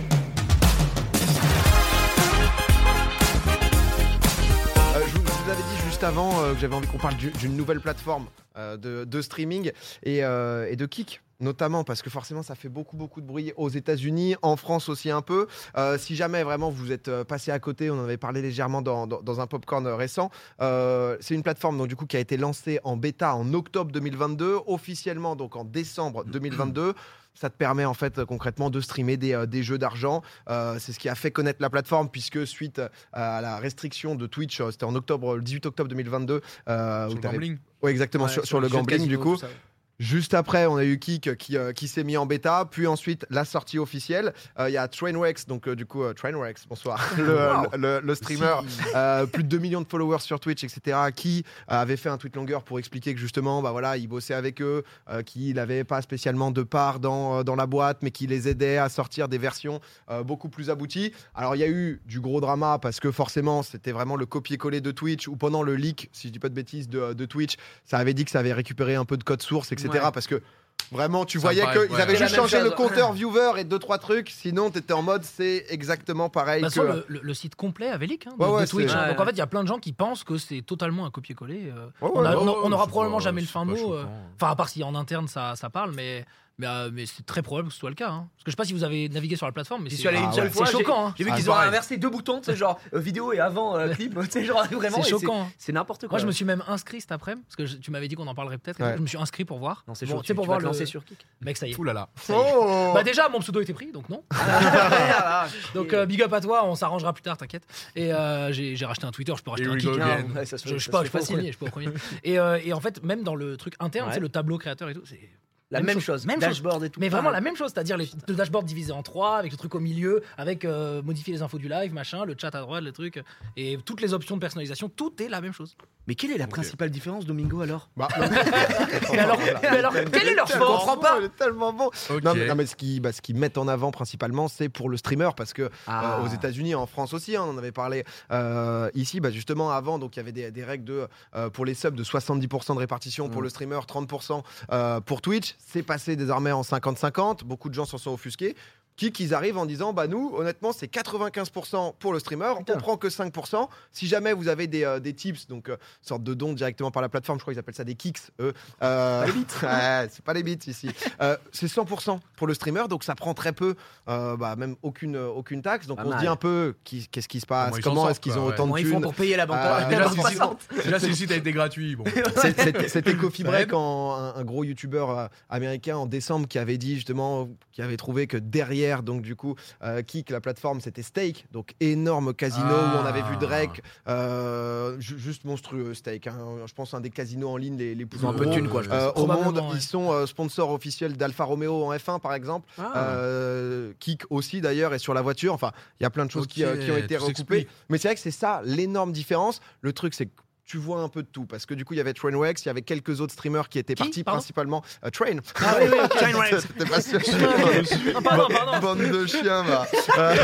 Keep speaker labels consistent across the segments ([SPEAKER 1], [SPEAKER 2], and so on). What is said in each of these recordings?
[SPEAKER 1] Euh, avant, euh, que j'avais envie qu'on parle du- d'une nouvelle plateforme euh, de, de streaming et, euh, et de kick. Notamment parce que forcément ça fait beaucoup beaucoup de bruit aux États-Unis, en France aussi un peu. Euh, si jamais vraiment vous êtes euh, passé à côté, on en avait parlé légèrement dans, dans- dans un popcorn euh, récent. Euh, c'est une plateforme donc du coup qui a été lancée en bêta en octobre 2022, officiellement donc en décembre 2022. Ça te permet en fait euh, concrètement de streamer des, euh, des jeux d'argent. Euh, c'est ce qui a fait connaître la plateforme puisque suite euh, à la restriction de Twitch, euh, c'était en octobre, le 18 octobre 2022, euh,
[SPEAKER 2] Sur
[SPEAKER 1] où
[SPEAKER 2] le
[SPEAKER 1] t'avais-
[SPEAKER 2] gambling.
[SPEAKER 1] Ouais, exactement
[SPEAKER 2] Ouais,
[SPEAKER 1] sur, sur le
[SPEAKER 2] les jeux de
[SPEAKER 1] gambling du
[SPEAKER 2] casino,
[SPEAKER 1] coup.
[SPEAKER 2] tout ça.
[SPEAKER 1] Juste après, on a eu Kik qui, euh, qui s'est mis en bêta, puis ensuite la sortie officielle. Euh, Il y a Trainwreck, donc euh, du coup, euh, Trainwreck, bonsoir, le, euh,
[SPEAKER 3] Wow.
[SPEAKER 1] le- le- le streamer, euh, plus de 2 millions de followers sur Twitch, etc., qui euh, avait fait un tweet longueur pour expliquer que justement, bah voilà, il bossait avec eux, euh, qu'il n'avait pas spécialement de part dans, euh, dans la boîte, mais qui les aidait à sortir des versions euh, beaucoup plus abouties. Alors, il y a eu du gros drama parce que forcément, c'était vraiment le copier-coller de Twitch, ou pendant le leak, si je dis pas de bêtises, de, euh, de Twitch ça avait dit que ça avait récupéré un peu de code source, etc.
[SPEAKER 2] Ouais.
[SPEAKER 1] Parce que vraiment, tu
[SPEAKER 2] Ça
[SPEAKER 1] voyais
[SPEAKER 2] me paraît-
[SPEAKER 1] qu'ils
[SPEAKER 2] ouais.
[SPEAKER 1] avaient
[SPEAKER 2] C'est la
[SPEAKER 1] juste
[SPEAKER 4] même
[SPEAKER 1] changé
[SPEAKER 4] chose.
[SPEAKER 1] le compteur viewer et deux trois trucs. Sinon, t'étais en mode c'est exactement pareil
[SPEAKER 4] De toute
[SPEAKER 1] que.
[SPEAKER 4] façon, Bah, le, le- le site complet avait leak hein, de,
[SPEAKER 1] Ouais, ouais,
[SPEAKER 4] de Twitch.
[SPEAKER 2] c'est-
[SPEAKER 4] hein. Donc
[SPEAKER 2] Ouais.
[SPEAKER 4] en fait, il y a plein de gens qui pensent que c'est totalement un copier-coller. euh.
[SPEAKER 1] Ouais, ouais,
[SPEAKER 4] on, a-
[SPEAKER 1] ouais.
[SPEAKER 4] on a- on aura
[SPEAKER 3] C'est
[SPEAKER 4] probablement
[SPEAKER 3] pas-
[SPEAKER 4] jamais le
[SPEAKER 3] c'est
[SPEAKER 4] fin
[SPEAKER 3] pas
[SPEAKER 4] mot.
[SPEAKER 3] choquant,
[SPEAKER 4] euh.
[SPEAKER 3] hein.
[SPEAKER 4] Enfin, à part si en interne ça, ça parle, mais, mais, euh, mais c'est très probable que ce soit le cas. hein. Parce que je sais pas si vous avez navigué sur la plateforme, mais
[SPEAKER 5] J'y
[SPEAKER 4] c'est
[SPEAKER 5] suis allé
[SPEAKER 1] Ah
[SPEAKER 5] une
[SPEAKER 1] ouais.
[SPEAKER 5] seule
[SPEAKER 4] c'est
[SPEAKER 5] fois. j'ai-
[SPEAKER 4] choquant. hein.
[SPEAKER 5] J'ai vu
[SPEAKER 1] Ah,
[SPEAKER 5] qu'ils ont
[SPEAKER 1] pareil.
[SPEAKER 5] inversé deux boutons, tu sais, genre euh, vidéo et avant euh, clip, tu sais, genre vraiment.
[SPEAKER 4] C'est
[SPEAKER 5] et
[SPEAKER 4] choquant. hein.
[SPEAKER 5] C'est n'importe quoi.
[SPEAKER 4] Moi, je me suis même inscrit cet après, parce que je- tu m'avais dit qu'on en parlerait peut-être. et
[SPEAKER 1] Ouais.
[SPEAKER 4] donc Je me suis inscrit pour voir.
[SPEAKER 5] Non, c'est
[SPEAKER 4] Bon,
[SPEAKER 5] chaud.
[SPEAKER 4] tu
[SPEAKER 5] Tu,
[SPEAKER 4] sais,
[SPEAKER 5] tu
[SPEAKER 4] pour
[SPEAKER 5] vas
[SPEAKER 4] voir
[SPEAKER 5] te lancer
[SPEAKER 4] le-
[SPEAKER 5] sur Kik.
[SPEAKER 4] Mec, ça y est.
[SPEAKER 2] Ouh là là.
[SPEAKER 4] ça y est.
[SPEAKER 1] Oh
[SPEAKER 4] Bah déjà, mon pseudo était pris, donc non.
[SPEAKER 1] Ah,
[SPEAKER 4] Donc euh, big up à toi, on s'arrangera plus tard, t'inquiète. Et euh, j'ai j'ai racheté un Twitter, je peux racheter
[SPEAKER 2] Here
[SPEAKER 4] un
[SPEAKER 2] we
[SPEAKER 1] bah,
[SPEAKER 4] kick.
[SPEAKER 2] go
[SPEAKER 4] hein.
[SPEAKER 2] again.
[SPEAKER 5] ça se
[SPEAKER 4] Je,
[SPEAKER 5] ça
[SPEAKER 4] je sais
[SPEAKER 5] se
[SPEAKER 4] pas, je
[SPEAKER 5] fait
[SPEAKER 4] suis pas
[SPEAKER 5] facile.
[SPEAKER 4] au premier, je suis pas au premier. Et, euh, et en fait, même dans le truc interne,
[SPEAKER 5] Ouais.
[SPEAKER 4] c'est le tableau créateur et tout, c'est
[SPEAKER 5] La même chose.
[SPEAKER 4] Même chose.
[SPEAKER 5] Dashboard et tout.
[SPEAKER 4] Mais vraiment la
[SPEAKER 5] même.
[SPEAKER 4] même chose, c'est-à-dire les, le dashboard divisé en trois, avec le truc au milieu, avec euh, modifier les infos du live, machin, le chat à droite, le truc, et toutes les options de personnalisation, tout est la même chose.
[SPEAKER 5] Mais quelle est la principale différence, Domingo, alors
[SPEAKER 1] Bah, non, mais-
[SPEAKER 4] Mais alors, mais alors, quelle est leur
[SPEAKER 1] Tellement
[SPEAKER 4] force
[SPEAKER 5] comprends
[SPEAKER 1] bon,
[SPEAKER 5] pas.
[SPEAKER 1] elle est tellement bon.
[SPEAKER 2] Ok.
[SPEAKER 1] Non, mais, non, mais ce qu'ils bah, ce qu'ils mettent en avant principalement, c'est pour le streamer parce que
[SPEAKER 5] Ah.
[SPEAKER 1] Euh, aux États-Unis, en France aussi, hein, on en avait parlé euh, ici. Bah, justement, avant, donc il y avait des, des règles de euh, pour les subs de 70% de répartition pour
[SPEAKER 5] Mm.
[SPEAKER 1] le streamer, 30% euh, pour Twitch. C'est passé désormais en 50-50. Beaucoup de gens s'en sont offusqués. Qui qu'ils arrivent en disant bah nous honnêtement c'est 95% pour le streamer
[SPEAKER 5] Putain.
[SPEAKER 1] on prend que 5% si jamais vous avez des, euh, des tips donc euh, sorte de dons directement par la plateforme je crois qu'ils appellent ça des kicks eux Euh, ouais, c'est pas les bits ici euh, c'est 100% pour le streamer donc ça prend très peu euh, bah, même aucune, euh, aucune taxe. Donc
[SPEAKER 5] Pas
[SPEAKER 1] on se
[SPEAKER 5] mal.
[SPEAKER 1] dit un peu qui- qu'est-ce qui se passe,
[SPEAKER 2] Comment ils s'en
[SPEAKER 1] comment est-ce
[SPEAKER 2] sortent,
[SPEAKER 1] qu'ils
[SPEAKER 2] quoi,
[SPEAKER 1] ont
[SPEAKER 2] ouais.
[SPEAKER 1] autant
[SPEAKER 5] Comment
[SPEAKER 1] de
[SPEAKER 5] ils font
[SPEAKER 1] thunes.
[SPEAKER 5] pour payer la
[SPEAKER 1] Euh,
[SPEAKER 5] banque
[SPEAKER 2] déjà,
[SPEAKER 5] Banque
[SPEAKER 2] c'est-
[SPEAKER 5] passante.
[SPEAKER 2] Déjà, si le site a été gratuit, bon.
[SPEAKER 1] C'est- c'était- C'était Coffee
[SPEAKER 2] Ouais.
[SPEAKER 1] Break, en- un, un gros youtubeur euh, américain en décembre qui avait dit justement, qui avait trouvé que derrière, donc du coup, euh, Kik, la plateforme, c'était Steak, donc énorme casino
[SPEAKER 2] Ah.
[SPEAKER 1] où on avait vu Drake, euh, ju- juste monstrueux Steak. hein. je pense un des casinos en ligne les, les plus
[SPEAKER 5] Ils ont un peu de
[SPEAKER 1] gros,
[SPEAKER 5] thunes, quoi, je
[SPEAKER 1] euh, au
[SPEAKER 4] Probablement,
[SPEAKER 1] monde.
[SPEAKER 4] ouais.
[SPEAKER 1] Ils sont euh, sponsors officiels d'Alfa Romeo en F1 par exemple.
[SPEAKER 5] Ah.
[SPEAKER 1] Euh, Kik aussi d'ailleurs et sur la voiture. Enfin, il y a plein de choses qui,
[SPEAKER 2] Ok,
[SPEAKER 1] euh, qui ont été
[SPEAKER 2] tout
[SPEAKER 1] recoupées.
[SPEAKER 2] s'explique.
[SPEAKER 1] Mais c'est vrai que c'est ça l'énorme différence. Le truc, c'est que tu vois un peu de tout parce que du coup, il y avait Trainwreck, il y avait quelques autres streamers qui étaient
[SPEAKER 4] Qui
[SPEAKER 1] partis
[SPEAKER 4] Pardon
[SPEAKER 1] principalement euh, Train.
[SPEAKER 4] Ah oui, oui, ok.
[SPEAKER 1] T'es pas sûr
[SPEAKER 4] Non, Ah, pardon, pardon.
[SPEAKER 1] Bande de chiens, va. Euh,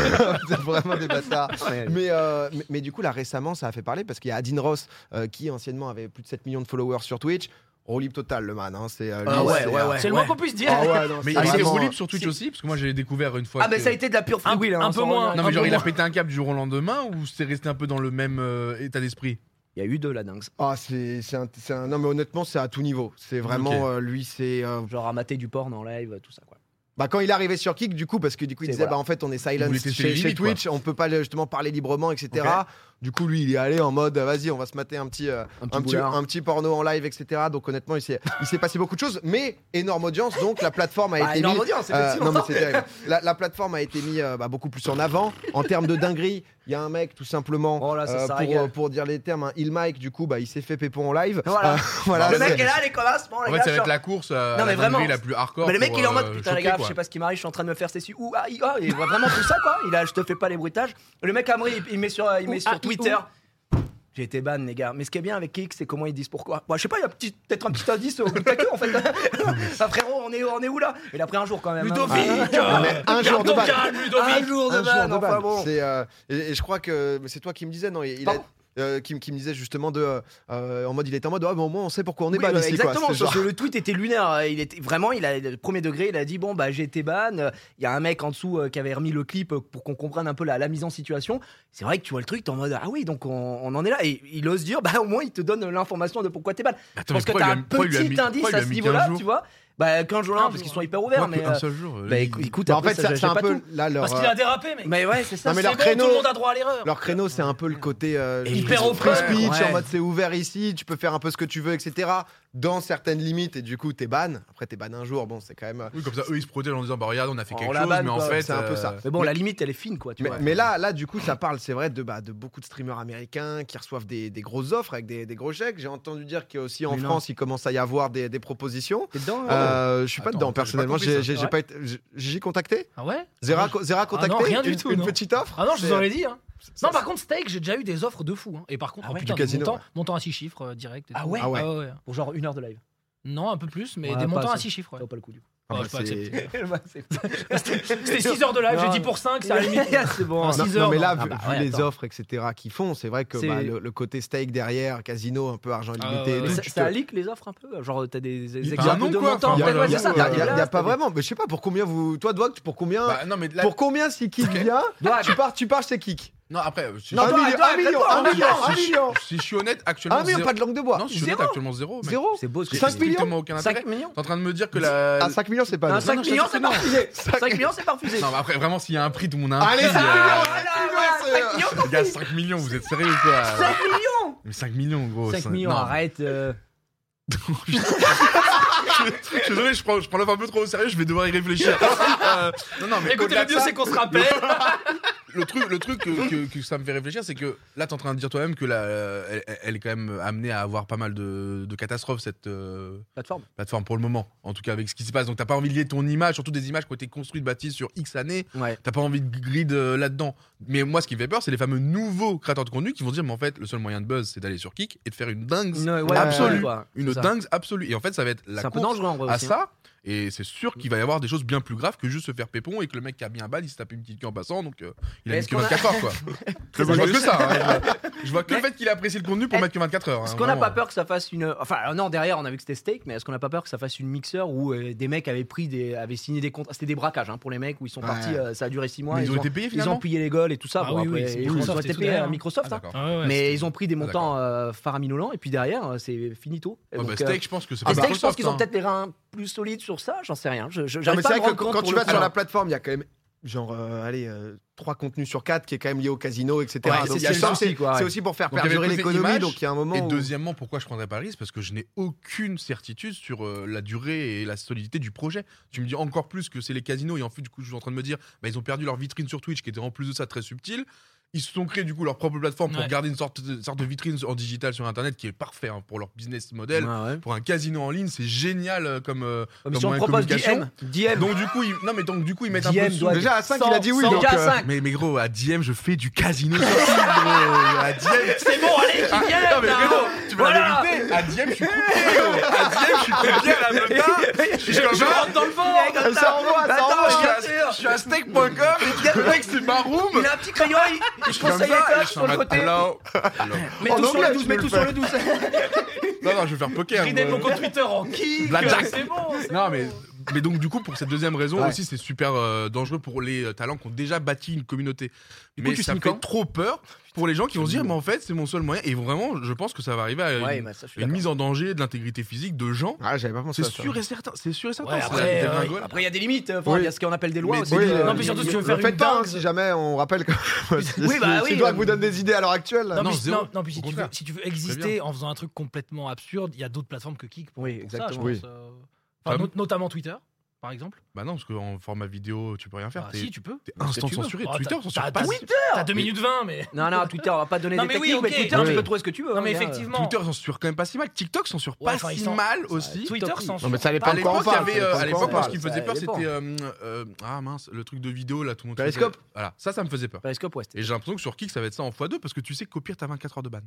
[SPEAKER 1] c'est vraiment des bâtards. Mais, euh, mais, mais du coup, là, récemment, ça a fait parler parce qu'il y a Adin Ross euh, qui, anciennement, avait plus de 7 millions de followers sur Twitch. Rolip total, le man. hein. C'est, euh,
[SPEAKER 5] Ah
[SPEAKER 1] lui,
[SPEAKER 5] ouais,
[SPEAKER 1] c'est,
[SPEAKER 5] ouais,
[SPEAKER 1] euh,
[SPEAKER 5] ouais.
[SPEAKER 4] C'est le moins qu'on puisse dire.
[SPEAKER 1] Ah ouais, non,
[SPEAKER 2] Mais
[SPEAKER 1] c'est
[SPEAKER 2] il était
[SPEAKER 1] vraiment-
[SPEAKER 2] roulé sur Twitch aussi, parce que moi j'ai découvert une fois.
[SPEAKER 5] Ah, mais
[SPEAKER 2] que-
[SPEAKER 5] ça a été de la pure
[SPEAKER 4] Un,
[SPEAKER 5] freewheel. hein,
[SPEAKER 4] un
[SPEAKER 5] on
[SPEAKER 4] peu
[SPEAKER 5] s'en
[SPEAKER 4] moins.
[SPEAKER 5] revient.
[SPEAKER 2] Non,
[SPEAKER 4] un
[SPEAKER 2] mais genre
[SPEAKER 4] peu
[SPEAKER 2] il a
[SPEAKER 4] moins.
[SPEAKER 2] pété un câble du jour au lendemain ou c'est resté un peu dans le même euh, état d'esprit
[SPEAKER 5] Il y a eu deux, la dingue.
[SPEAKER 1] Ah, c'est c'est un, c'est un- Non, mais honnêtement, c'est à tout niveau. C'est vraiment.
[SPEAKER 2] Ok.
[SPEAKER 1] euh, lui, c'est. euh,
[SPEAKER 5] Genre à mater du porn en live, tout ça, quoi.
[SPEAKER 1] Bah, quand il est arrivé sur Kick, du coup, parce que du coup, il
[SPEAKER 5] C'est
[SPEAKER 1] disait,
[SPEAKER 5] voilà.
[SPEAKER 1] bah, en fait, on est
[SPEAKER 2] Il
[SPEAKER 1] silent
[SPEAKER 2] voulait
[SPEAKER 1] chez,
[SPEAKER 2] tester les
[SPEAKER 1] chez
[SPEAKER 2] limites,
[SPEAKER 1] Twitch, on peut pas euh, justement parler librement, etc.
[SPEAKER 2] Ok.
[SPEAKER 1] Du coup, lui, il est allé en mode, euh, vas-y, on va se mater un petit. euh,
[SPEAKER 5] Un
[SPEAKER 1] un petit,
[SPEAKER 5] boulard.
[SPEAKER 1] un petit porno en live, etc. Donc honnêtement, il s'est il s'est passé beaucoup de choses, mais énorme audience. Donc la plateforme a
[SPEAKER 5] Ah,
[SPEAKER 1] été
[SPEAKER 5] énorme
[SPEAKER 1] mise-
[SPEAKER 5] audience,
[SPEAKER 1] euh, non
[SPEAKER 5] effectivement.
[SPEAKER 1] mais c'est terrible. La, la plateforme a été mise euh, bah, beaucoup plus en avant en termes de dinguerie. Il y a un mec tout simplement
[SPEAKER 5] Oh là, ça, ça
[SPEAKER 1] pour,
[SPEAKER 5] régale.
[SPEAKER 1] euh, pour dire les termes, hein, il Mike du coup bah il s'est fait pépon en live.
[SPEAKER 5] Voilà.
[SPEAKER 1] Euh, voilà,
[SPEAKER 5] le mec
[SPEAKER 1] c'est-
[SPEAKER 5] est là, les connasses, bon,
[SPEAKER 2] En
[SPEAKER 5] les
[SPEAKER 2] fait,
[SPEAKER 5] gars,
[SPEAKER 2] ça va
[SPEAKER 5] genre-
[SPEAKER 2] être la course euh,
[SPEAKER 5] Non,
[SPEAKER 2] à
[SPEAKER 5] mais
[SPEAKER 2] la dinguerie
[SPEAKER 5] vraiment.
[SPEAKER 2] la plus hardcore.
[SPEAKER 5] Mais le mec
[SPEAKER 2] pour,
[SPEAKER 5] il est en mode
[SPEAKER 2] euh,
[SPEAKER 5] putain les gars,
[SPEAKER 2] choquer,
[SPEAKER 5] je sais
[SPEAKER 2] quoi.
[SPEAKER 5] pas ce qui m'arrive, je suis en train de me faire ceci ou ah, il, ah, et voit vraiment tout ça quoi. Il a je te fais pas les bruitages. Le mec Amri il, il met sur euh, il
[SPEAKER 4] Ou,
[SPEAKER 5] met
[SPEAKER 4] ah,
[SPEAKER 5] sur
[SPEAKER 4] ou.
[SPEAKER 5] Twitter. J'ai été ban les gars. Mais ce qui est bien avec Kik c'est comment ils disent pourquoi. Bon, je sais pas, il y a petit- peut-être un petit indice au bout de ta queue en fait. ah, frérot, on est où- on est où là Il a pris un jour quand même. hein.
[SPEAKER 4] Ludovic
[SPEAKER 1] mais un jour de
[SPEAKER 4] Garde ton
[SPEAKER 1] balle.
[SPEAKER 4] calme, Ludovic
[SPEAKER 5] Un jour de
[SPEAKER 1] Un jour
[SPEAKER 5] ban,
[SPEAKER 1] de
[SPEAKER 5] enfin
[SPEAKER 1] balle.
[SPEAKER 5] bon.
[SPEAKER 1] C'est, euh, et, et je crois que mais c'est toi qui me disais non il, il a
[SPEAKER 5] Pardon
[SPEAKER 1] euh, qui, me- qui me disait justement de. euh, euh, en mode, il était en mode, ah, bon, au moins, on sait pourquoi on est
[SPEAKER 5] Oui,
[SPEAKER 1] ban
[SPEAKER 5] bah,
[SPEAKER 1] ici, quoi.
[SPEAKER 5] exactement,
[SPEAKER 1] C'était
[SPEAKER 5] sauf
[SPEAKER 1] genre-
[SPEAKER 5] que le tweet était lunaire. hein. Il était vraiment, il a le premier degré, il a dit bon bah j'ai été ban. Euh, Il y a un mec en dessous euh, qui avait remis le clip euh, pour qu'on comprenne un peu la, la mise en situation. C'est vrai que tu vois le truc, t'es en mode ah oui donc on, on en est là. Et il ose dire bah au moins il te donne l'information de pourquoi t'es ban. Je
[SPEAKER 2] Attends,
[SPEAKER 5] pense que
[SPEAKER 2] mais
[SPEAKER 5] t'as
[SPEAKER 2] pourquoi il lui a
[SPEAKER 5] un
[SPEAKER 2] mis- pourquoi il lui a
[SPEAKER 5] petit
[SPEAKER 2] mis-
[SPEAKER 5] indice
[SPEAKER 2] pourquoi
[SPEAKER 5] à
[SPEAKER 2] il
[SPEAKER 5] ce
[SPEAKER 2] lui a mis
[SPEAKER 5] niveau-là,
[SPEAKER 2] 15
[SPEAKER 5] tu vois. Bah 15 jours là
[SPEAKER 4] Quinze
[SPEAKER 5] parce qu'ils
[SPEAKER 4] jours.
[SPEAKER 5] sont hyper ouverts.
[SPEAKER 2] Pourquoi
[SPEAKER 5] mais
[SPEAKER 2] qu'un
[SPEAKER 5] euh,
[SPEAKER 2] seul jour. euh,
[SPEAKER 5] bah
[SPEAKER 2] lui,
[SPEAKER 5] éc- écoute,
[SPEAKER 1] Bah, en
[SPEAKER 5] après,
[SPEAKER 1] fait,
[SPEAKER 5] ça,
[SPEAKER 1] ça-
[SPEAKER 5] j'ai
[SPEAKER 1] c'est un
[SPEAKER 5] pas
[SPEAKER 1] peu.
[SPEAKER 5] tout.
[SPEAKER 1] Là, leur,
[SPEAKER 4] Parce
[SPEAKER 1] euh,
[SPEAKER 4] qu'il a dérapé, mec.
[SPEAKER 5] Mais ouais c'est ça.
[SPEAKER 4] Ça,
[SPEAKER 1] Non, mais
[SPEAKER 4] c'est
[SPEAKER 1] leur
[SPEAKER 4] bon,
[SPEAKER 1] créneau-
[SPEAKER 4] Tout le monde a droit à l'erreur.
[SPEAKER 1] leur créneau, c'est un peu le côté euh,
[SPEAKER 5] Et
[SPEAKER 4] hyper
[SPEAKER 1] free
[SPEAKER 4] open,
[SPEAKER 1] speech,
[SPEAKER 5] ouais.
[SPEAKER 1] en mode c'est ouvert ici, tu peux faire un peu ce que tu veux, etc. Dans certaines limites, et du coup, t'es ban. Après, t'es ban un jour, bon, c'est quand même. euh,
[SPEAKER 2] Oui, comme ça, eux, ils se protègent en disant, bah regarde, on a fait
[SPEAKER 5] On
[SPEAKER 2] quelque
[SPEAKER 5] la
[SPEAKER 2] chose,
[SPEAKER 5] banne,
[SPEAKER 2] mais en
[SPEAKER 5] quoi.
[SPEAKER 2] fait.
[SPEAKER 1] C'est un peu ça.
[SPEAKER 5] Mais bon
[SPEAKER 1] Mais-
[SPEAKER 5] la limite elle est fine quoi. tu
[SPEAKER 1] Mais,
[SPEAKER 5] vois.
[SPEAKER 1] mais là, là, du coup, ça parle, c'est vrai, de, bah, de beaucoup de streamers américains qui reçoivent des, des grosses offres avec des, des gros chèques. J'ai entendu dire qu'aussi en
[SPEAKER 5] Mais non.
[SPEAKER 1] France, il commence à y avoir des, des propositions.
[SPEAKER 5] T'es dedans, euh,
[SPEAKER 1] Euh, je suis pas
[SPEAKER 2] Attends,
[SPEAKER 1] dedans,
[SPEAKER 2] j'ai pas
[SPEAKER 1] personnellement.
[SPEAKER 2] compris
[SPEAKER 1] J'ai
[SPEAKER 2] ça.
[SPEAKER 1] j'ai- j'ai
[SPEAKER 5] Ouais.
[SPEAKER 1] pas été- j'ai- j'ai contacté
[SPEAKER 4] Ah ouais
[SPEAKER 1] Zera,
[SPEAKER 4] Ah,
[SPEAKER 1] co- Zera contacté
[SPEAKER 4] non, rien
[SPEAKER 1] Une-
[SPEAKER 4] du tout,
[SPEAKER 1] Une
[SPEAKER 4] non.
[SPEAKER 1] petite offre Ah,
[SPEAKER 4] Ah non, je vous
[SPEAKER 1] C'est-
[SPEAKER 4] aurais dit. Hein.
[SPEAKER 1] c'est-
[SPEAKER 4] Non, par contre, steak, j'ai déjà eu des offres de fou. hein. Et par contre,
[SPEAKER 5] Ah
[SPEAKER 4] oh
[SPEAKER 5] ouais,
[SPEAKER 4] putain,
[SPEAKER 1] du casino,
[SPEAKER 4] des montants,
[SPEAKER 1] ouais.
[SPEAKER 4] montants à 6 chiffres euh, direct. et
[SPEAKER 5] Ah
[SPEAKER 4] tout.
[SPEAKER 5] ouais
[SPEAKER 1] Ah ouais.
[SPEAKER 5] Pour genre une heure de live.
[SPEAKER 4] Non, un peu plus, mais
[SPEAKER 5] Ouais,
[SPEAKER 4] des
[SPEAKER 5] pas
[SPEAKER 4] montants à
[SPEAKER 5] assez.
[SPEAKER 4] 6 chiffres. ouais.
[SPEAKER 5] Ça vaut pas le coup du coup.
[SPEAKER 1] Ah
[SPEAKER 4] Ouais,
[SPEAKER 1] bah,
[SPEAKER 4] je peux accepter.
[SPEAKER 1] c'est-
[SPEAKER 4] C'était 6 heures de live,
[SPEAKER 5] Non,
[SPEAKER 4] j'ai dit pour 5, c'est à la limite.
[SPEAKER 5] c'est bon.
[SPEAKER 4] Ah,
[SPEAKER 1] Non,
[SPEAKER 4] six
[SPEAKER 1] non,
[SPEAKER 4] heures,
[SPEAKER 1] mais là,
[SPEAKER 4] non.
[SPEAKER 1] vu,
[SPEAKER 4] Ah bah,
[SPEAKER 1] vu
[SPEAKER 4] ouais,
[SPEAKER 1] les
[SPEAKER 4] attends.
[SPEAKER 1] offres, etc., qu'ils font, c'est vrai que
[SPEAKER 5] C'est-
[SPEAKER 1] bah, le, le côté steak derrière, casino, un peu argent
[SPEAKER 4] Ah,
[SPEAKER 1] illimité,
[SPEAKER 4] ouais,
[SPEAKER 1] et
[SPEAKER 4] ouais.
[SPEAKER 1] tout,
[SPEAKER 5] ça,
[SPEAKER 1] tu
[SPEAKER 5] ça
[SPEAKER 1] te-
[SPEAKER 5] leak les offres un peu euh, Genre, t'as des, des
[SPEAKER 2] Il-
[SPEAKER 5] exemples
[SPEAKER 2] Ah non,
[SPEAKER 5] de
[SPEAKER 2] quoi.
[SPEAKER 5] montants.
[SPEAKER 2] Enfin,
[SPEAKER 5] Ouais,
[SPEAKER 2] voilà.
[SPEAKER 5] ouais,
[SPEAKER 1] Il y
[SPEAKER 5] c'est
[SPEAKER 1] a,
[SPEAKER 5] ça.
[SPEAKER 1] il y a-
[SPEAKER 5] t'as
[SPEAKER 1] il y a- il
[SPEAKER 5] des
[SPEAKER 1] y a
[SPEAKER 5] blasts,
[SPEAKER 1] pas
[SPEAKER 5] t'as
[SPEAKER 1] vraiment. Mais je sais pas pour combien vous. Toi, Dwag, pour combien
[SPEAKER 2] Bah, non, mais là.
[SPEAKER 1] Pour combien si Kik vient
[SPEAKER 5] Dwag.
[SPEAKER 1] Tu pars, tu pars chez Kik.
[SPEAKER 2] Non, après, euh, si
[SPEAKER 5] Non,
[SPEAKER 1] un,
[SPEAKER 5] toi,
[SPEAKER 1] million,
[SPEAKER 5] toi,
[SPEAKER 1] un million,
[SPEAKER 5] toi,
[SPEAKER 1] un million, un
[SPEAKER 2] si je-
[SPEAKER 1] million,
[SPEAKER 2] si je suis honnête, actuellement.
[SPEAKER 1] un million,
[SPEAKER 2] zéro-
[SPEAKER 1] pas de langue de bois.
[SPEAKER 2] Non, je suis honnête,
[SPEAKER 5] Zéro.
[SPEAKER 2] actuellement zéro. mec.
[SPEAKER 1] Zéro.
[SPEAKER 5] des- C'est beau ce que
[SPEAKER 2] J'ai
[SPEAKER 1] Cinq millions
[SPEAKER 2] strictement aucun intérêt.
[SPEAKER 5] 5 millions
[SPEAKER 2] T'es en train de me dire que la.
[SPEAKER 1] À 5 millions, c'est pas.
[SPEAKER 5] Un
[SPEAKER 1] mal.
[SPEAKER 5] 5 millions, c'est pas refusé 5 millions, c'est pas refusé
[SPEAKER 2] Non, mais après, vraiment, s'il y a un prix, tout le monde a un
[SPEAKER 1] Allez,
[SPEAKER 2] prix.
[SPEAKER 1] 5 millions,
[SPEAKER 2] euh,
[SPEAKER 1] c'est-
[SPEAKER 5] 5 millions,
[SPEAKER 2] Les gars, 5 millions, vous êtes sérieux ou quoi
[SPEAKER 5] 5 millions
[SPEAKER 2] Mais 5 millions, gros.
[SPEAKER 5] 5
[SPEAKER 2] ça-
[SPEAKER 5] millions,
[SPEAKER 2] non.
[SPEAKER 5] arrête euh.
[SPEAKER 2] Je suis désolé, je prends, je prends l'offre un peu trop au sérieux, je vais devoir y réfléchir. Euh, non, non, mais
[SPEAKER 4] Écoutez,
[SPEAKER 2] au-delà
[SPEAKER 4] le
[SPEAKER 2] de
[SPEAKER 4] mieux,
[SPEAKER 2] ça,
[SPEAKER 4] c'est qu'on se rappelle.
[SPEAKER 2] le truc, le truc que, que- que ça me fait réfléchir, c'est que là, t'es en train de dire toi-même que la, elle, elle est quand même amenée à avoir pas mal de, de catastrophes, cette euh,
[SPEAKER 5] Plateforme
[SPEAKER 2] plateforme, pour le moment. En tout cas, avec ce qui se passe. Donc, t'as pas envie de lier ton image, surtout des images qui ont été construites, bâties sur X années.
[SPEAKER 5] Ouais.
[SPEAKER 2] T'as pas envie de grid euh, là-dedans. Mais moi, ce qui me fait peur, c'est les fameux nouveaux créateurs de contenu qui vont se dire, mais en fait, le seul moyen de buzz, c'est d'aller sur Kik et de faire une dingue.
[SPEAKER 5] ouais,
[SPEAKER 2] absolue.
[SPEAKER 5] ouais, quoi.
[SPEAKER 2] Une
[SPEAKER 5] C'est ça.
[SPEAKER 2] dingue absolue. Et en fait, ça va être la
[SPEAKER 5] C'est un peu
[SPEAKER 2] course
[SPEAKER 5] dangereux en vrai
[SPEAKER 2] à
[SPEAKER 5] aussi, hein.
[SPEAKER 2] ça. Et c'est sûr qu'il va y avoir des choses bien plus graves que juste se faire pépon et que le mec qui a bien balle, il se tape une petite queue en passant, donc euh, il
[SPEAKER 5] Mais
[SPEAKER 2] a mis
[SPEAKER 5] est-ce
[SPEAKER 2] que
[SPEAKER 5] qu'on a-
[SPEAKER 2] 24 heures quoi. je vois que ça. hein, je vois- je vois que le fait qu'il a apprécié le contenu pour
[SPEAKER 5] Est-
[SPEAKER 2] mettre que 24 heures.
[SPEAKER 5] Est-ce
[SPEAKER 2] hein,
[SPEAKER 5] qu'on n'a
[SPEAKER 2] vraiment.
[SPEAKER 5] pas peur que ça fasse une. Enfin, alors non, derrière, on a vu que c'était steak, mais est-ce qu'on n'a pas peur que ça fasse une mixeur où euh, des mecs avaient pris des. avaient signé des contrats. C'était des braquages hein, pour les mecs où ils sont
[SPEAKER 1] Ouais.
[SPEAKER 5] partis, euh, ça a duré 6 mois.
[SPEAKER 2] Mais ils ont
[SPEAKER 5] ont,
[SPEAKER 2] été payés
[SPEAKER 5] ils ont
[SPEAKER 2] finalement.
[SPEAKER 5] pillé les goals et tout ça.
[SPEAKER 4] Ah
[SPEAKER 5] bon,
[SPEAKER 4] oui, oui,
[SPEAKER 5] après,
[SPEAKER 4] c'est
[SPEAKER 5] ils ont
[SPEAKER 4] Microsoft
[SPEAKER 5] été
[SPEAKER 4] et tout
[SPEAKER 5] payés
[SPEAKER 4] derrière,
[SPEAKER 5] à
[SPEAKER 4] hein.
[SPEAKER 2] Ah,
[SPEAKER 5] Microsoft. hein.
[SPEAKER 2] d'accord.
[SPEAKER 5] mais ils ont pris des montants
[SPEAKER 2] d'accord.
[SPEAKER 5] euh, faraminolents et puis derrière euh, c'est finito. Et
[SPEAKER 2] Ouais, bah,
[SPEAKER 5] donc, euh,
[SPEAKER 2] Steak, je pense que c'est
[SPEAKER 5] ah,
[SPEAKER 2] pas
[SPEAKER 5] steak, je pense
[SPEAKER 2] Microsoft,
[SPEAKER 5] qu'ils ont
[SPEAKER 2] hein.
[SPEAKER 5] peut-être les reins plus solides sur ça, j'en sais rien. Je, je,
[SPEAKER 1] Non,
[SPEAKER 5] j'arrive
[SPEAKER 1] mais
[SPEAKER 5] pas
[SPEAKER 1] c'est
[SPEAKER 5] à
[SPEAKER 1] vrai
[SPEAKER 5] me
[SPEAKER 1] que
[SPEAKER 5] rendre compte
[SPEAKER 1] quand
[SPEAKER 5] pour
[SPEAKER 1] tu
[SPEAKER 5] le
[SPEAKER 1] vas
[SPEAKER 5] coup,
[SPEAKER 1] sur
[SPEAKER 5] là.
[SPEAKER 1] la plateforme, il y a quand même, genre, euh, allez, euh, trois contenus sur quatre qui est quand même lié au casino, etc.
[SPEAKER 5] Ouais,
[SPEAKER 1] Donc,
[SPEAKER 5] c'est-
[SPEAKER 1] il y a
[SPEAKER 5] c'est
[SPEAKER 1] ça,
[SPEAKER 5] le souci,
[SPEAKER 1] c'est-
[SPEAKER 5] quoi, ouais.
[SPEAKER 1] c'est aussi pour faire
[SPEAKER 2] Donc, il y avait
[SPEAKER 1] perdurer
[SPEAKER 2] le côté
[SPEAKER 1] l'économie,
[SPEAKER 2] image,
[SPEAKER 1] donc il y a un moment.
[SPEAKER 2] Et
[SPEAKER 1] où-
[SPEAKER 2] deuxièmement, pourquoi je prendrais pas le risque Parce que je n'ai aucune certitude sur euh, la durée et la solidité du projet. Tu me dis encore plus que c'est les casinos et en fait, du coup, je suis en train de me dire, bah, ils ont perdu leur vitrine sur Twitch qui était en plus de ça très subtile. Ils se sont créés du coup leur propre plateforme pour
[SPEAKER 4] Ouais.
[SPEAKER 2] garder une sorte de, sorte de vitrine en digital sur Internet qui est parfait hein, pour leur business model.
[SPEAKER 5] Ouais, ouais.
[SPEAKER 2] Pour un casino en ligne, c'est génial euh, comme. euh,
[SPEAKER 5] Mais si on
[SPEAKER 2] moyen de
[SPEAKER 5] propose DM,
[SPEAKER 2] communication.
[SPEAKER 5] DM,
[SPEAKER 2] Donc du coup, ils... non mais donc du coup ils mettent un peu
[SPEAKER 5] DM
[SPEAKER 2] de sous.
[SPEAKER 5] doit-
[SPEAKER 1] Déjà, à 5,
[SPEAKER 5] Cent-
[SPEAKER 1] il a dit oui.
[SPEAKER 5] cent
[SPEAKER 1] donc,
[SPEAKER 5] cas,
[SPEAKER 1] euh,
[SPEAKER 5] cinq.
[SPEAKER 2] Mais, mais gros, à Diem, je fais du casino sur Steam, gros. À Diem,
[SPEAKER 4] C'est bon, allez,
[SPEAKER 2] ah, non, mais
[SPEAKER 4] là.
[SPEAKER 2] vraiment, tu veux
[SPEAKER 5] Voilà.
[SPEAKER 2] la vérité À Dieppe, je suis coupé, gros. À Dieppe, je suis coupé à la meuf. Je suis Ah,
[SPEAKER 4] Je rentre dans le vent
[SPEAKER 5] comme
[SPEAKER 1] ça envoie, ça
[SPEAKER 5] Attends,
[SPEAKER 1] envoie.
[SPEAKER 5] bien
[SPEAKER 2] je suis
[SPEAKER 5] sûr.
[SPEAKER 2] Je suis à steak.com et le mec, c'est ma room.
[SPEAKER 5] Il a un petit crayon, il, il
[SPEAKER 2] Je suis
[SPEAKER 5] pose sa
[SPEAKER 2] comme ça, et
[SPEAKER 5] lettre
[SPEAKER 2] je suis
[SPEAKER 5] sur
[SPEAKER 2] en
[SPEAKER 5] le
[SPEAKER 2] mode
[SPEAKER 5] côté.
[SPEAKER 2] hello. Hello.
[SPEAKER 5] Mets
[SPEAKER 1] En
[SPEAKER 5] tout sur
[SPEAKER 1] anglais,
[SPEAKER 5] le
[SPEAKER 1] tu
[SPEAKER 5] 12, mets
[SPEAKER 1] peux
[SPEAKER 5] tout
[SPEAKER 1] le
[SPEAKER 5] sur le 12.
[SPEAKER 2] Non, non, je vais faire euh. poker.
[SPEAKER 4] Ridez
[SPEAKER 2] moi.
[SPEAKER 4] mon compte Twitter en kick
[SPEAKER 2] Blackjack.
[SPEAKER 4] C'est bon c'est
[SPEAKER 2] Non,
[SPEAKER 4] bon.
[SPEAKER 2] mais, mais donc, du coup, pour cette deuxième raison
[SPEAKER 5] Ouais.
[SPEAKER 2] aussi, c'est super euh, dangereux pour les euh, talents qui ont déjà bâti une communauté.
[SPEAKER 5] Du coup,
[SPEAKER 2] mais
[SPEAKER 5] tu
[SPEAKER 2] ça
[SPEAKER 5] signes
[SPEAKER 2] fait
[SPEAKER 5] quand
[SPEAKER 2] trop peur pour les gens qui vont se dire, mais en fait, c'est mon seul moyen. Et vraiment, je pense que ça va arriver à une,
[SPEAKER 5] Ouais, bah ça, je suis
[SPEAKER 2] une
[SPEAKER 5] d'accord.
[SPEAKER 2] mise en danger de l'intégrité physique de gens.
[SPEAKER 1] Ah, j'avais pas pensé
[SPEAKER 2] C'est
[SPEAKER 1] à ça.
[SPEAKER 2] sûr et certain. C'est sûr et certain.
[SPEAKER 4] Ouais,
[SPEAKER 2] c'est la
[SPEAKER 4] après,
[SPEAKER 2] vie des
[SPEAKER 4] euh,
[SPEAKER 2] vingoules.
[SPEAKER 5] Après, il y a des limites. Enfin, il y a ce qu'on appelle des lois
[SPEAKER 2] Mais
[SPEAKER 5] aussi.
[SPEAKER 1] oui, euh,
[SPEAKER 5] euh,
[SPEAKER 4] Non, puis surtout, si tu veux
[SPEAKER 1] Le
[SPEAKER 4] faire une
[SPEAKER 1] faites pas, hein,
[SPEAKER 4] dingue-
[SPEAKER 1] si jamais on rappelle quand même. Si-
[SPEAKER 5] Oui, bah
[SPEAKER 1] si-
[SPEAKER 5] oui,
[SPEAKER 1] si Doig
[SPEAKER 5] euh,
[SPEAKER 1] vous donne des idées à l'heure actuelle.
[SPEAKER 4] Non,
[SPEAKER 2] Non,
[SPEAKER 4] puis,
[SPEAKER 2] zéro.
[SPEAKER 4] non, non, puis si,
[SPEAKER 2] Au
[SPEAKER 4] tu veux,
[SPEAKER 2] contraire.
[SPEAKER 4] si tu veux
[SPEAKER 2] Très
[SPEAKER 4] exister en faisant un truc complètement absurde, il y a d'autres plateformes que Kik pour
[SPEAKER 5] Oui,
[SPEAKER 4] pour ça, je
[SPEAKER 5] exactement.
[SPEAKER 4] pense.
[SPEAKER 1] Oui.
[SPEAKER 4] euh. Enfin, not- notamment Twitter, par exemple.
[SPEAKER 2] Bah non, parce qu'en format vidéo, tu peux rien faire.
[SPEAKER 4] Ah,
[SPEAKER 2] t'es
[SPEAKER 4] si, tu peux.
[SPEAKER 2] t'es
[SPEAKER 5] ce
[SPEAKER 2] instant
[SPEAKER 5] que tu veux.
[SPEAKER 2] censuré.
[SPEAKER 4] Oh,
[SPEAKER 2] Twitter
[SPEAKER 4] t'as-
[SPEAKER 2] censure
[SPEAKER 4] t'as-
[SPEAKER 2] pas.
[SPEAKER 4] t'as-
[SPEAKER 2] Twitter
[SPEAKER 4] T'as 2 minutes 20, mais.
[SPEAKER 5] Non, non, Twitter, on va pas donner
[SPEAKER 4] Non,
[SPEAKER 5] des
[SPEAKER 4] mais oui,
[SPEAKER 5] techniques, mais
[SPEAKER 4] ok.
[SPEAKER 5] Twitter,
[SPEAKER 1] Oui,
[SPEAKER 5] tu
[SPEAKER 1] oui.
[SPEAKER 5] peux trouver ce que tu veux.
[SPEAKER 4] Non, mais
[SPEAKER 5] hein,
[SPEAKER 4] effectivement.
[SPEAKER 2] Twitter censure quand même pas si mal. TikTok censure
[SPEAKER 4] Ouais,
[SPEAKER 2] pas
[SPEAKER 4] enfin, ils
[SPEAKER 2] si
[SPEAKER 4] sont-
[SPEAKER 2] mal aussi.
[SPEAKER 4] Twitter
[SPEAKER 5] TikTok,
[SPEAKER 4] censure.
[SPEAKER 1] Non, mais ça dépend
[SPEAKER 2] À
[SPEAKER 1] de quoi on
[SPEAKER 2] l'époque, il y
[SPEAKER 1] parle.
[SPEAKER 2] avait,
[SPEAKER 1] ça
[SPEAKER 2] euh,
[SPEAKER 1] dépend
[SPEAKER 2] à
[SPEAKER 1] de quoi on
[SPEAKER 2] l'époque, moi, ce
[SPEAKER 1] parle.
[SPEAKER 2] qui me
[SPEAKER 5] parle,
[SPEAKER 2] faisait
[SPEAKER 5] ça
[SPEAKER 2] peur,
[SPEAKER 5] dépend.
[SPEAKER 2] c'était euh, euh, ah mince, le truc de vidéo là, tout le monde.
[SPEAKER 1] Periscope.
[SPEAKER 2] faisait- Voilà, ça, ça me faisait peur.
[SPEAKER 5] Periscope, ouais, c'était-
[SPEAKER 2] Et j'ai l'impression que sur Kick, ça va être ça en x2 parce que tu sais qu'au pire, t'as 24 heures de ban.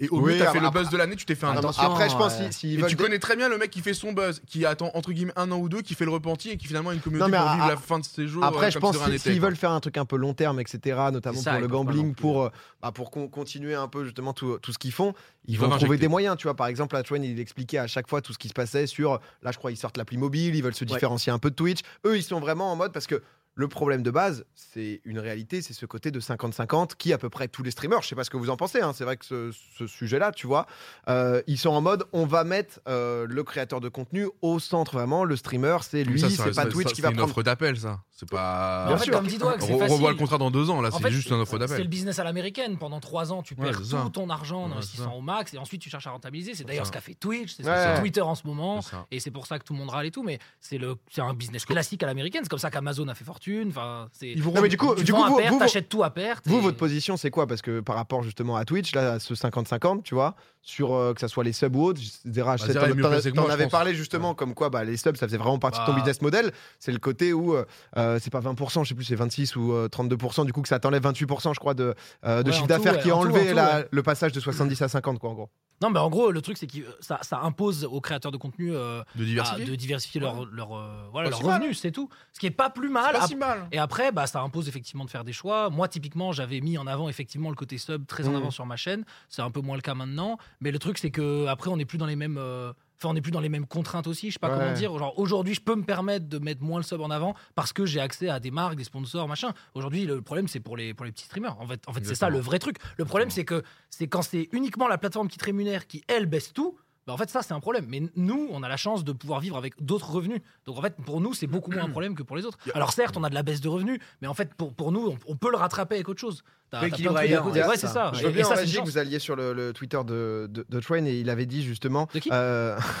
[SPEAKER 2] Et au
[SPEAKER 1] Oui,
[SPEAKER 2] mieux, t'as fait
[SPEAKER 1] après-
[SPEAKER 2] le buzz de l'année, tu t'es fait un
[SPEAKER 1] Non,
[SPEAKER 2] an.
[SPEAKER 1] mais
[SPEAKER 5] Attention,
[SPEAKER 1] après, je pense
[SPEAKER 5] ouais.
[SPEAKER 1] si- s'ils
[SPEAKER 2] Et
[SPEAKER 1] veulent
[SPEAKER 2] tu
[SPEAKER 1] des-
[SPEAKER 2] connais très bien le mec qui fait son buzz, qui attend entre guillemets un an ou deux, qui fait le repenti et qui finalement a une communauté
[SPEAKER 1] Non, mais
[SPEAKER 2] pour
[SPEAKER 1] à-
[SPEAKER 2] vivre
[SPEAKER 1] à-
[SPEAKER 2] la fin de ses jours. euh,
[SPEAKER 1] Après, je
[SPEAKER 2] comme
[SPEAKER 1] pense
[SPEAKER 2] si de
[SPEAKER 1] que
[SPEAKER 2] rien n'était,
[SPEAKER 1] s'ils
[SPEAKER 2] quoi.
[SPEAKER 1] veulent faire un truc un peu long terme, etc., notamment
[SPEAKER 5] C'est ça,
[SPEAKER 1] pour
[SPEAKER 5] ils
[SPEAKER 1] le
[SPEAKER 5] peuvent pas non
[SPEAKER 1] gambling,
[SPEAKER 5] plus.
[SPEAKER 1] pour, euh, bah, pour con- continuer un peu justement tout, tout ce qu'ils font, ils,
[SPEAKER 2] Ils
[SPEAKER 1] vont
[SPEAKER 2] doivent
[SPEAKER 1] trouver
[SPEAKER 2] injecter.
[SPEAKER 1] des moyens. Tu vois, par exemple, la Train, il expliquait à chaque fois tout ce qui se passait sur, là, je crois, ils sortent l'appli mobile, ils veulent se différencier un peu de Twitch. Eux, ils sont vraiment en mode parce que. Le problème de base, c'est une réalité, c'est ce côté de 50-50 qui, à peu près tous les streamers, je sais pas ce que vous en pensez, hein, c'est vrai que ce, ce sujet-là, tu vois, euh, ils sont en mode on va mettre euh, le créateur de contenu au centre vraiment, le streamer, c'est lui,
[SPEAKER 2] Ça, ça,
[SPEAKER 1] c'est
[SPEAKER 2] ça,
[SPEAKER 1] pas
[SPEAKER 2] ça,
[SPEAKER 1] Twitch
[SPEAKER 2] ça,
[SPEAKER 1] qui va
[SPEAKER 2] C'est une
[SPEAKER 1] prendre.
[SPEAKER 2] offre d'appel, ça. C'est pas.
[SPEAKER 4] Mais en fait,
[SPEAKER 1] sûr.
[SPEAKER 4] comme dis-toi que c'est
[SPEAKER 2] Re-
[SPEAKER 4] facile.
[SPEAKER 2] Revois le contrat dans deux ans, là,
[SPEAKER 4] En
[SPEAKER 2] Ah, c'est
[SPEAKER 4] fait,
[SPEAKER 2] juste une offre
[SPEAKER 4] C'est le
[SPEAKER 2] d'appel.
[SPEAKER 4] business à l'américaine. Pendant trois ans, tu
[SPEAKER 2] Ouais,
[SPEAKER 4] perds
[SPEAKER 2] c'est ça.
[SPEAKER 4] tout ton argent en
[SPEAKER 2] Ouais, c'est
[SPEAKER 4] investissant
[SPEAKER 2] ça.
[SPEAKER 4] au max et ensuite tu cherches à rentabiliser. C'est
[SPEAKER 2] C'est
[SPEAKER 4] d'ailleurs ce
[SPEAKER 2] ça.
[SPEAKER 4] qu'a fait Twitch, c'est ce
[SPEAKER 1] Ouais.
[SPEAKER 4] qu'a fait
[SPEAKER 1] Ouais.
[SPEAKER 4] Twitter en ce moment.
[SPEAKER 2] C'est ça.
[SPEAKER 4] Et c'est pour ça que tout le monde râle et tout. Mais c'est le- c'est un business classique à l'américaine. C'est comme ça qu'Amazon a fait fortune. Enfin, c'est.
[SPEAKER 2] Ils vont
[SPEAKER 1] Non, mais du coup,
[SPEAKER 4] Tu
[SPEAKER 1] du
[SPEAKER 4] vends
[SPEAKER 1] coup
[SPEAKER 4] à
[SPEAKER 1] vous,
[SPEAKER 4] perte,
[SPEAKER 1] vous-
[SPEAKER 4] t'achètes tout à perte.
[SPEAKER 1] Vous,
[SPEAKER 4] et-
[SPEAKER 1] votre position, c'est quoi Parce que par rapport justement à Twitch, là, à ce 50-50, tu vois, sur euh, que ça soit les subs ou autres, je- Zera, je
[SPEAKER 2] Bah,
[SPEAKER 1] sais,
[SPEAKER 2] Zera est
[SPEAKER 1] t'en-
[SPEAKER 2] mieux
[SPEAKER 1] t'en-
[SPEAKER 2] placé que moi,
[SPEAKER 1] t'en
[SPEAKER 2] je
[SPEAKER 1] avais
[SPEAKER 2] pense.
[SPEAKER 1] parlé justement, comme quoi bah, les subs, ça faisait vraiment partie de ton
[SPEAKER 4] Bah.
[SPEAKER 1] business model. C'est le côté où euh, euh, c'est pas 20%, je sais plus, c'est 26 ou euh, 32%, du coup, que ça t'enlève 28%, je crois, de, euh, de
[SPEAKER 4] Ouais, en
[SPEAKER 1] chiffre
[SPEAKER 4] tout,
[SPEAKER 1] d'affaires
[SPEAKER 4] ouais,
[SPEAKER 1] qui a
[SPEAKER 4] en tout,
[SPEAKER 1] enlevé
[SPEAKER 4] en tout,
[SPEAKER 1] la- le passage de 70 à 50, quoi, en gros.
[SPEAKER 4] Non, mais en gros, le truc, c'est que euh, ça, ça impose aux créateurs de contenu euh,
[SPEAKER 2] De
[SPEAKER 4] à-
[SPEAKER 2] diversité.
[SPEAKER 4] de diversifier leur, leur, euh, voilà,
[SPEAKER 2] Pas
[SPEAKER 4] leurs
[SPEAKER 2] si mal,
[SPEAKER 4] revenus, c'est tout. Ce qui est Ah, pas plus mal.
[SPEAKER 2] C'est pas
[SPEAKER 4] à-
[SPEAKER 2] si mal.
[SPEAKER 4] Et après, bah, ça impose effectivement de faire des choix. Moi, typiquement, j'avais mis en avant effectivement le côté sub très en
[SPEAKER 1] Mm.
[SPEAKER 4] avant sur ma chaîne. C'est un peu moins le cas maintenant. Mais le truc, c'est que après, on n'est plus dans les mêmes. euh, Enfin, on n'est plus dans les mêmes contraintes aussi. Je sais pas
[SPEAKER 1] Ouais.
[SPEAKER 4] comment dire. Genre aujourd'hui, je peux me permettre de mettre moins le sub en avant parce que j'ai accès à des marques, des sponsors, machin. Aujourd'hui, le problème, c'est pour les pour les petits streamers. En fait, en fait, c'est ça
[SPEAKER 2] Exactement.
[SPEAKER 4] le vrai truc. Le problème, c'est que c'est quand c'est uniquement la plateforme qui te rémunère qui elle baisse tout. Bah en fait, ça, c'est un problème. Mais nous, on a la chance de pouvoir vivre avec d'autres revenus. Donc, en fait, pour nous, c'est beaucoup moins un problème que pour les autres.
[SPEAKER 2] Y a-
[SPEAKER 4] Alors, certes, on a de la baisse de revenus, mais en fait, pour, pour nous, on, on peut le rattraper avec autre chose. T'as-
[SPEAKER 5] Oui,
[SPEAKER 4] t'as
[SPEAKER 5] qu'il
[SPEAKER 4] plein de
[SPEAKER 5] y
[SPEAKER 4] trucs
[SPEAKER 5] aura
[SPEAKER 4] à côté.
[SPEAKER 5] ailleurs,
[SPEAKER 4] Ouais,
[SPEAKER 5] ça.
[SPEAKER 4] c'est ça.
[SPEAKER 1] Je veux
[SPEAKER 4] Et-
[SPEAKER 1] bien
[SPEAKER 4] et
[SPEAKER 1] en
[SPEAKER 4] ça, c'est une
[SPEAKER 1] régie que
[SPEAKER 4] chance.
[SPEAKER 1] vous alliez sur le, le Twitter de, de, de Train et il avait dit justement. euh,
[SPEAKER 4] De qui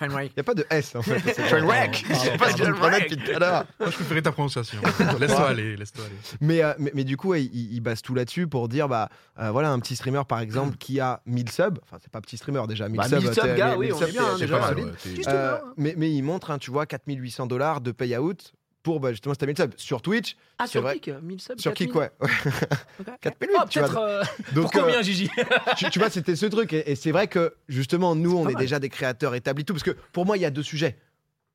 [SPEAKER 1] Il n'y a pas de S en fait. C'est Trainwreck
[SPEAKER 4] Pardon,
[SPEAKER 1] Je sais pas ce que je me promets depuis tout à l'heure.
[SPEAKER 2] Moi, je préférais ta prononciation. Laisse-toi aller, laisse-toi aller.
[SPEAKER 1] Mais, euh, mais, mais du coup, ouais, il, il base tout là-dessus pour dire bah euh, voilà un petit streamer par exemple qui a 1000 subs, enfin c'est pas petit streamer déjà, 1000
[SPEAKER 5] Mm. Bah,
[SPEAKER 1] subs, euh,
[SPEAKER 5] 1000 subs,
[SPEAKER 1] t'es-
[SPEAKER 5] gars,
[SPEAKER 1] 1000
[SPEAKER 5] oui, on
[SPEAKER 1] subs,
[SPEAKER 5] est bien,
[SPEAKER 1] t'es-
[SPEAKER 5] hein,
[SPEAKER 1] t'es
[SPEAKER 5] déjà,
[SPEAKER 1] pas
[SPEAKER 5] ouais.
[SPEAKER 1] solide.
[SPEAKER 2] t'es-
[SPEAKER 1] Euh, mais, mais il montre, hein, tu vois, 4800 dollars de payout pour bah, justement si t'as 1000 subs. Sur Twitch,
[SPEAKER 5] Ah,
[SPEAKER 1] sur
[SPEAKER 5] sur
[SPEAKER 1] vrai.
[SPEAKER 5] Kik, 1000 subs.
[SPEAKER 1] sur Kik, ouais. 4800,
[SPEAKER 4] Ah,
[SPEAKER 1] tu vois.
[SPEAKER 4] peut-être. euh, pour
[SPEAKER 1] Donc, euh,
[SPEAKER 4] combien, Gigi
[SPEAKER 1] tu, tu vois, c'était ce truc. Et, et c'est vrai que, justement, nous, on est déjà des créateurs établis, tout. Parce que pour moi, il y a deux sujets.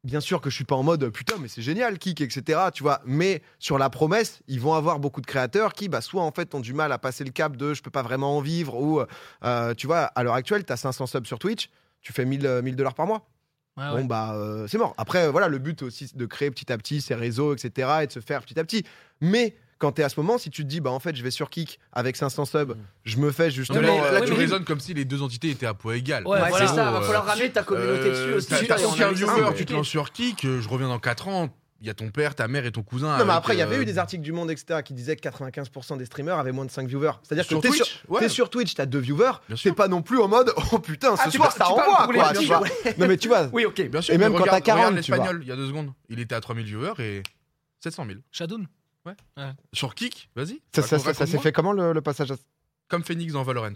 [SPEAKER 1] Bien sûr que je suis pas en mode putain, mais c'est génial, kick, etc. Tu vois, mais sur la promesse, ils vont avoir beaucoup de créateurs qui, bah, soit en fait, ont du mal à passer le cap de je peux pas vraiment en vivre, ou euh, tu vois, à l'heure actuelle, tu as 500 subs sur Twitch, tu fais 1000 euh, 1000 dollars par mois.
[SPEAKER 4] Ouais, Ah ouais.
[SPEAKER 1] Bon, bah, euh, c'est mort. Après, euh, voilà, le but aussi c'est de créer petit à petit ses réseaux, etc., et de se faire petit à petit. Mais quand t'es à ce moment, si tu te dis, bah, en fait, je vais sur Kick avec 500 subs, je me fais justement.
[SPEAKER 2] Non, mais
[SPEAKER 1] euh,
[SPEAKER 2] là,
[SPEAKER 4] ouais,
[SPEAKER 2] tu
[SPEAKER 4] mais-
[SPEAKER 2] raisonnes comme si les deux entités étaient à poids égal. euh,
[SPEAKER 4] Ouais,
[SPEAKER 5] Ouais,
[SPEAKER 4] voilà.
[SPEAKER 5] c'est ça, va falloir ramener ta communauté dessus aussi.
[SPEAKER 2] T'as
[SPEAKER 1] hein,
[SPEAKER 5] Super, on a
[SPEAKER 2] 100
[SPEAKER 5] vu ça,
[SPEAKER 2] viewers,
[SPEAKER 5] mais-
[SPEAKER 2] tu te lances sur kick, euh, je reviens dans 4 ans, il y a ton père, ta mère et ton cousin.
[SPEAKER 1] Non, mais
[SPEAKER 2] avec,
[SPEAKER 1] après, il y avait
[SPEAKER 2] euh,
[SPEAKER 1] eu des articles du Monde, etc., qui disaient que 95% des streamers avaient moins de 5 viewers. C'est-à-dire que
[SPEAKER 2] Sur
[SPEAKER 1] t'es
[SPEAKER 2] Twitch,
[SPEAKER 1] sur,
[SPEAKER 2] ouais.
[SPEAKER 1] t'es sur Twitch, t'as 2 viewers,
[SPEAKER 2] Bien
[SPEAKER 1] t'es
[SPEAKER 2] sûr. Ah,
[SPEAKER 1] pas non plus en mode, oh putain, ce soir, ça envoie, quoi. tu vois. Non, mais tu vois,
[SPEAKER 5] Oui, ok.
[SPEAKER 2] Bien sûr,
[SPEAKER 1] Et
[SPEAKER 2] mais
[SPEAKER 1] même quand
[SPEAKER 2] regarde-
[SPEAKER 1] t'as 40,
[SPEAKER 2] regarde
[SPEAKER 1] tu vois.
[SPEAKER 2] l'espagnol, il y a deux secondes. Il était à 3000 viewers et 700 000.
[SPEAKER 4] Shadoun
[SPEAKER 2] Sur kick, vas-y.
[SPEAKER 1] ça, ça- ça- ça
[SPEAKER 2] raconte-
[SPEAKER 1] s'est
[SPEAKER 2] Bah, raconte-moi.
[SPEAKER 1] fait comment le, le passage à...
[SPEAKER 2] Comme Phoenix dans Valorant.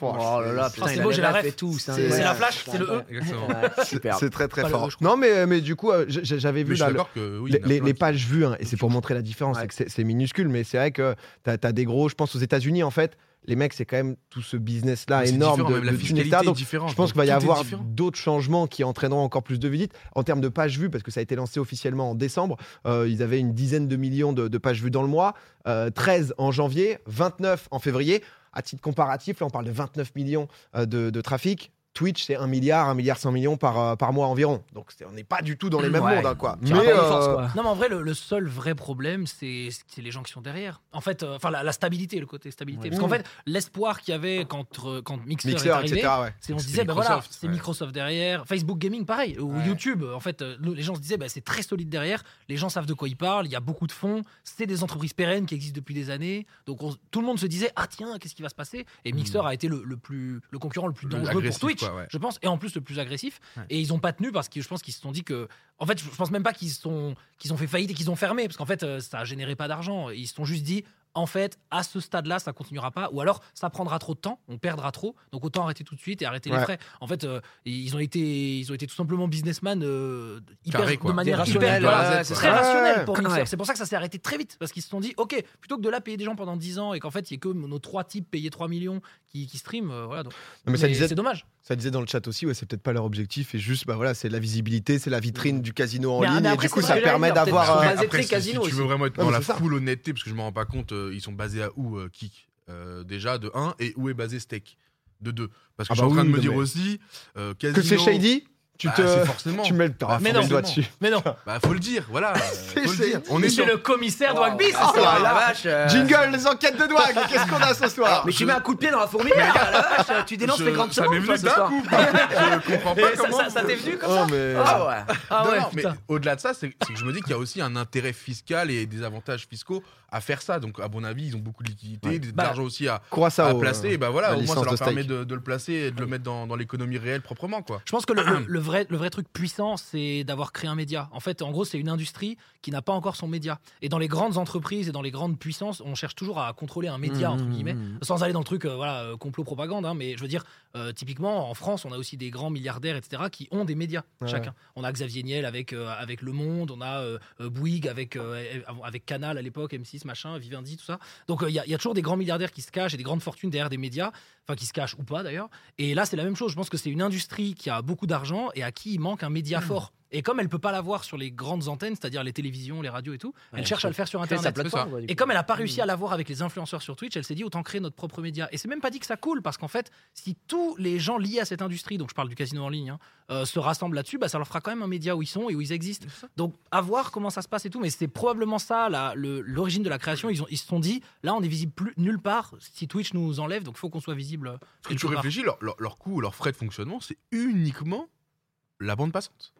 [SPEAKER 5] Oh là là,
[SPEAKER 4] Ah,
[SPEAKER 5] putain,
[SPEAKER 4] c'est
[SPEAKER 5] il a
[SPEAKER 4] beau,
[SPEAKER 5] les
[SPEAKER 4] j'ai la
[SPEAKER 5] refs
[SPEAKER 4] ref.
[SPEAKER 5] et tout.
[SPEAKER 1] C'est- c'est
[SPEAKER 4] la flash, c'est le E.
[SPEAKER 2] Exactement.
[SPEAKER 5] Super.
[SPEAKER 1] C'est très, très
[SPEAKER 4] Pas le
[SPEAKER 1] fort.
[SPEAKER 4] jeu, je
[SPEAKER 1] Non, mais, mais du coup, euh, j- j- j'avais
[SPEAKER 2] Mais
[SPEAKER 1] vu
[SPEAKER 2] je
[SPEAKER 1] là.
[SPEAKER 2] suis
[SPEAKER 1] le-
[SPEAKER 2] d'accord que oui. il y
[SPEAKER 1] les,
[SPEAKER 2] en a
[SPEAKER 1] les-
[SPEAKER 2] plein
[SPEAKER 1] les
[SPEAKER 2] qui-
[SPEAKER 1] pages vues, hein, et c'est pour montrer la différence,
[SPEAKER 5] Ouais.
[SPEAKER 1] c'est que c'est c'est minuscule, mais c'est vrai que t'as as des gros, je pense aux États-Unis en fait, les mecs, c'est quand même tout ce business-là
[SPEAKER 2] C'est
[SPEAKER 1] énorme
[SPEAKER 2] différent,
[SPEAKER 1] de,
[SPEAKER 2] même la
[SPEAKER 1] de thunes,
[SPEAKER 2] fiscalité
[SPEAKER 1] etc.
[SPEAKER 2] est
[SPEAKER 1] Donc,
[SPEAKER 2] différente.
[SPEAKER 1] je pense qu'il va y
[SPEAKER 2] Oh, Tout est
[SPEAKER 1] avoir
[SPEAKER 2] différent.
[SPEAKER 1] d'autres changements qui entraîneront encore plus de visites. En termes de pages vues, parce que ça a été lancé officiellement en décembre, euh, ils avaient une dizaine de millions de, de pages vues dans le mois, euh, 13 en janvier, 29 en février. À titre comparatif, là on parle de 29 millions euh, de, de trafic. Twitch, c'est 1 milliard, 1 milliard 100 millions par, euh, par mois environ. Donc c'est- on n'est pas du tout dans les mêmes
[SPEAKER 5] Ouais.
[SPEAKER 1] mondes. hein, quoi.
[SPEAKER 5] Tu rapportes une
[SPEAKER 1] euh,
[SPEAKER 5] force, quoi.
[SPEAKER 4] Non, mais en vrai, le, le seul vrai problème, c'est c'est les gens qui sont derrière. En fait, euh, enfin, la, la stabilité, le côté stabilité.
[SPEAKER 1] Ouais.
[SPEAKER 4] Parce qu'en fait, l'espoir qu'il y avait quand, euh, quand Mixer, est
[SPEAKER 1] Mixer,
[SPEAKER 4] arrivé,
[SPEAKER 1] etc. Ouais.
[SPEAKER 4] C'est on se
[SPEAKER 2] C'est
[SPEAKER 4] disait, ben voilà,
[SPEAKER 2] Microsoft,
[SPEAKER 4] c'est
[SPEAKER 2] ouais.
[SPEAKER 4] Microsoft derrière, Facebook Gaming pareil, ou
[SPEAKER 1] Ouais.
[SPEAKER 4] YouTube, en fait, euh, nous, les gens se disaient, ben, c'est très solide derrière, les gens savent de quoi ils parlent, il y a beaucoup de fonds, c'est des entreprises pérennes qui existent depuis des années, donc on- tout le monde se disait, ah tiens, qu'est-ce qui va se passer Et Mixer a été le, le plus, le concurrent le plus
[SPEAKER 2] Hmm. Le
[SPEAKER 4] dangereux pour
[SPEAKER 2] agressif,
[SPEAKER 4] Twitch,
[SPEAKER 2] quoi, ouais.
[SPEAKER 4] je pense, et en plus le plus agressif,
[SPEAKER 2] Ouais.
[SPEAKER 4] et ils ont pas tenu parce que je pense qu'ils se sont dit que, en fait, je je pense même pas qu'ils sont, qu'ils ont fait faillite et qu'ils ont fermé, parce qu'en fait, euh, ça a généré pas d'argent, ils se sont juste dit, en fait, à ce stade-là, ça continuera pas, ou alors ça prendra trop de temps, on perdra trop, donc autant arrêter tout de suite et arrêter
[SPEAKER 1] Ouais.
[SPEAKER 4] les frais. En fait, euh, ils ont été, ils ont été tout simplement businessmen euh, hyper,
[SPEAKER 2] Carré, quoi.
[SPEAKER 4] de manière euh,
[SPEAKER 5] Des
[SPEAKER 4] hyper,
[SPEAKER 5] rationnels,
[SPEAKER 4] voilà,
[SPEAKER 5] ouais, ouais, c'est
[SPEAKER 4] très
[SPEAKER 1] ça.
[SPEAKER 4] rationnel pour
[SPEAKER 5] Ouais.
[SPEAKER 4] Mixer.
[SPEAKER 5] Ouais.
[SPEAKER 4] C'est pour ça que ça s'est arrêté très vite, parce qu'ils se sont dit, ok, plutôt que de là payer des gens pendant 10 ans et qu'en fait, il n'y ait que nos trois types payés 3 millions qui, qui streament, euh, voilà. donc-
[SPEAKER 1] Non, mais ça disait-
[SPEAKER 4] c'est dommage.
[SPEAKER 1] Ça disait dans le chat aussi, ouais, c'est peut-être pas leur objectif, et juste, bah voilà, c'est de la visibilité, c'est la vitrine du casino en
[SPEAKER 4] Mais- mais
[SPEAKER 1] ligne, et
[SPEAKER 4] après,
[SPEAKER 1] du coup,
[SPEAKER 4] c'est
[SPEAKER 1] ça
[SPEAKER 4] vrai,
[SPEAKER 1] permet
[SPEAKER 4] il y a peut-être
[SPEAKER 1] d'avoir.
[SPEAKER 5] un-
[SPEAKER 1] euh,
[SPEAKER 5] basé très
[SPEAKER 2] si-
[SPEAKER 5] casino
[SPEAKER 2] si tu veux
[SPEAKER 5] aussi.
[SPEAKER 2] vraiment être
[SPEAKER 1] Non,
[SPEAKER 2] dans
[SPEAKER 1] mais
[SPEAKER 2] la
[SPEAKER 1] c'est ça.
[SPEAKER 2] full honnêteté, parce que je me rends pas compte, euh, ils sont basés à où, euh, Kik Euh, Déjà, de 1, et où est basé Steak De 2. Parce que
[SPEAKER 1] Ah
[SPEAKER 2] je suis
[SPEAKER 1] bah
[SPEAKER 2] en train
[SPEAKER 1] oui,
[SPEAKER 2] de me
[SPEAKER 1] non,
[SPEAKER 2] dire
[SPEAKER 1] mais-
[SPEAKER 2] aussi, euh, casino...
[SPEAKER 1] Que c'est shady Tu
[SPEAKER 2] Bah, c'est
[SPEAKER 1] te.
[SPEAKER 2] forcément.
[SPEAKER 1] Tu mets le, t'auras
[SPEAKER 2] Mais
[SPEAKER 1] formé
[SPEAKER 4] non.
[SPEAKER 1] le doigt dessus.
[SPEAKER 4] Mais non,
[SPEAKER 2] Bah, faut le dire, voilà. euh, faut
[SPEAKER 1] C'est
[SPEAKER 2] le dire.
[SPEAKER 1] shady.
[SPEAKER 2] On est
[SPEAKER 4] c'est
[SPEAKER 2] sur...
[SPEAKER 4] le commissaire de
[SPEAKER 5] Wow.
[SPEAKER 4] Wagby,
[SPEAKER 5] Ah,
[SPEAKER 4] c'est ça.
[SPEAKER 5] la vache. euh,
[SPEAKER 1] Jingle, les enquêtes de doigts, qu'est-ce qu'on a ce soir
[SPEAKER 5] Mais tu mets un coup de pied dans la fourmilière, la vache, tu dénonces
[SPEAKER 2] Je-
[SPEAKER 5] les grandes
[SPEAKER 2] Ça m'est
[SPEAKER 5] secondes, toi,
[SPEAKER 2] venu
[SPEAKER 5] ce
[SPEAKER 2] d'un
[SPEAKER 5] soir.
[SPEAKER 2] coup. Je comprends pas
[SPEAKER 4] Et ça-
[SPEAKER 2] comment...
[SPEAKER 4] ça- ça t'est venu comme
[SPEAKER 1] Oh, mais.
[SPEAKER 5] Ah ouais.
[SPEAKER 4] Ah
[SPEAKER 2] Non,
[SPEAKER 4] ouais,
[SPEAKER 2] non, mais
[SPEAKER 4] putain.
[SPEAKER 2] au-delà de ça, c'est c'est que je me dis qu'il y a aussi un intérêt fiscal et des avantages fiscaux à faire ça. Donc, à mon avis, ils ont beaucoup de liquidités,
[SPEAKER 1] Ouais.
[SPEAKER 2] de de
[SPEAKER 4] Bah,
[SPEAKER 2] l'argent aussi à,
[SPEAKER 1] Curaçao,
[SPEAKER 2] à
[SPEAKER 1] euh,
[SPEAKER 2] placer. Et bah voilà,
[SPEAKER 1] la
[SPEAKER 2] au moins, ça
[SPEAKER 1] licence
[SPEAKER 2] leur
[SPEAKER 1] de steak.
[SPEAKER 2] permet de, de le placer et de le mettre dans, dans l'économie réelle proprement, quoi.
[SPEAKER 4] Je pense que le, le- le vrai, le vrai truc puissant, c'est d'avoir créé un média. En fait, en gros, c'est une industrie qui n'a pas encore son média. Et dans les grandes entreprises et dans les grandes puissances, on cherche toujours à contrôler un média,
[SPEAKER 5] Mmh.
[SPEAKER 4] entre guillemets, sans aller dans le truc euh, voilà, euh, complot-propagande. hein, mais je veux dire, euh, typiquement, en France, on a aussi des grands milliardaires, etc., qui ont des médias,
[SPEAKER 1] Ouais.
[SPEAKER 4] chacun. On a Xavier Niel avec, euh, avec Le Monde, on a euh, euh, Bouygues avec, euh, avec Canal à l'époque, M6, machin, Vivendi, tout ça. Donc euh, il y, a- il y a toujours des grands milliardaires qui se cachent et des grandes fortunes derrière des médias, enfin qui se cachent ou pas d'ailleurs. Et là, c'est la même chose. Je pense que c'est une industrie qui a beaucoup d'argent et à qui il manque un média fort. Et comme elle peut pas l'avoir sur les grandes antennes, c'est-à-dire les télévisions, les radios et tout, elle
[SPEAKER 5] Ouais,
[SPEAKER 4] cherche à le faire sur
[SPEAKER 5] Crée sa
[SPEAKER 4] Internet.
[SPEAKER 5] plateforme, quoi, du
[SPEAKER 4] Et
[SPEAKER 5] coup. Mm.
[SPEAKER 4] comme elle n'a pas réussi à l'avoir avec les influenceurs sur Twitch, elle s'est dit autant créer notre propre média. Et c'est même pas dit que ça coule, parce qu'en fait, si tous les gens liés à cette industrie, donc je parle du casino en ligne, hein, euh, se rassemblent là-dessus, bah, ça leur fera quand même un média où ils sont et où ils existent. Donc à voir comment ça se passe et tout. Mais c'est probablement ça, la- le- l'origine de la création. Ils, ont, ils se sont dit, là, on est visible plus, nulle part si Twitch nous enlève, donc il faut qu'on soit visible. euh,
[SPEAKER 2] Parce que tu
[SPEAKER 4] quelque part.
[SPEAKER 2] réfléchis, leur, leur, leur coût, leur frais de fonctionnement, c'est uniquement la bande passante.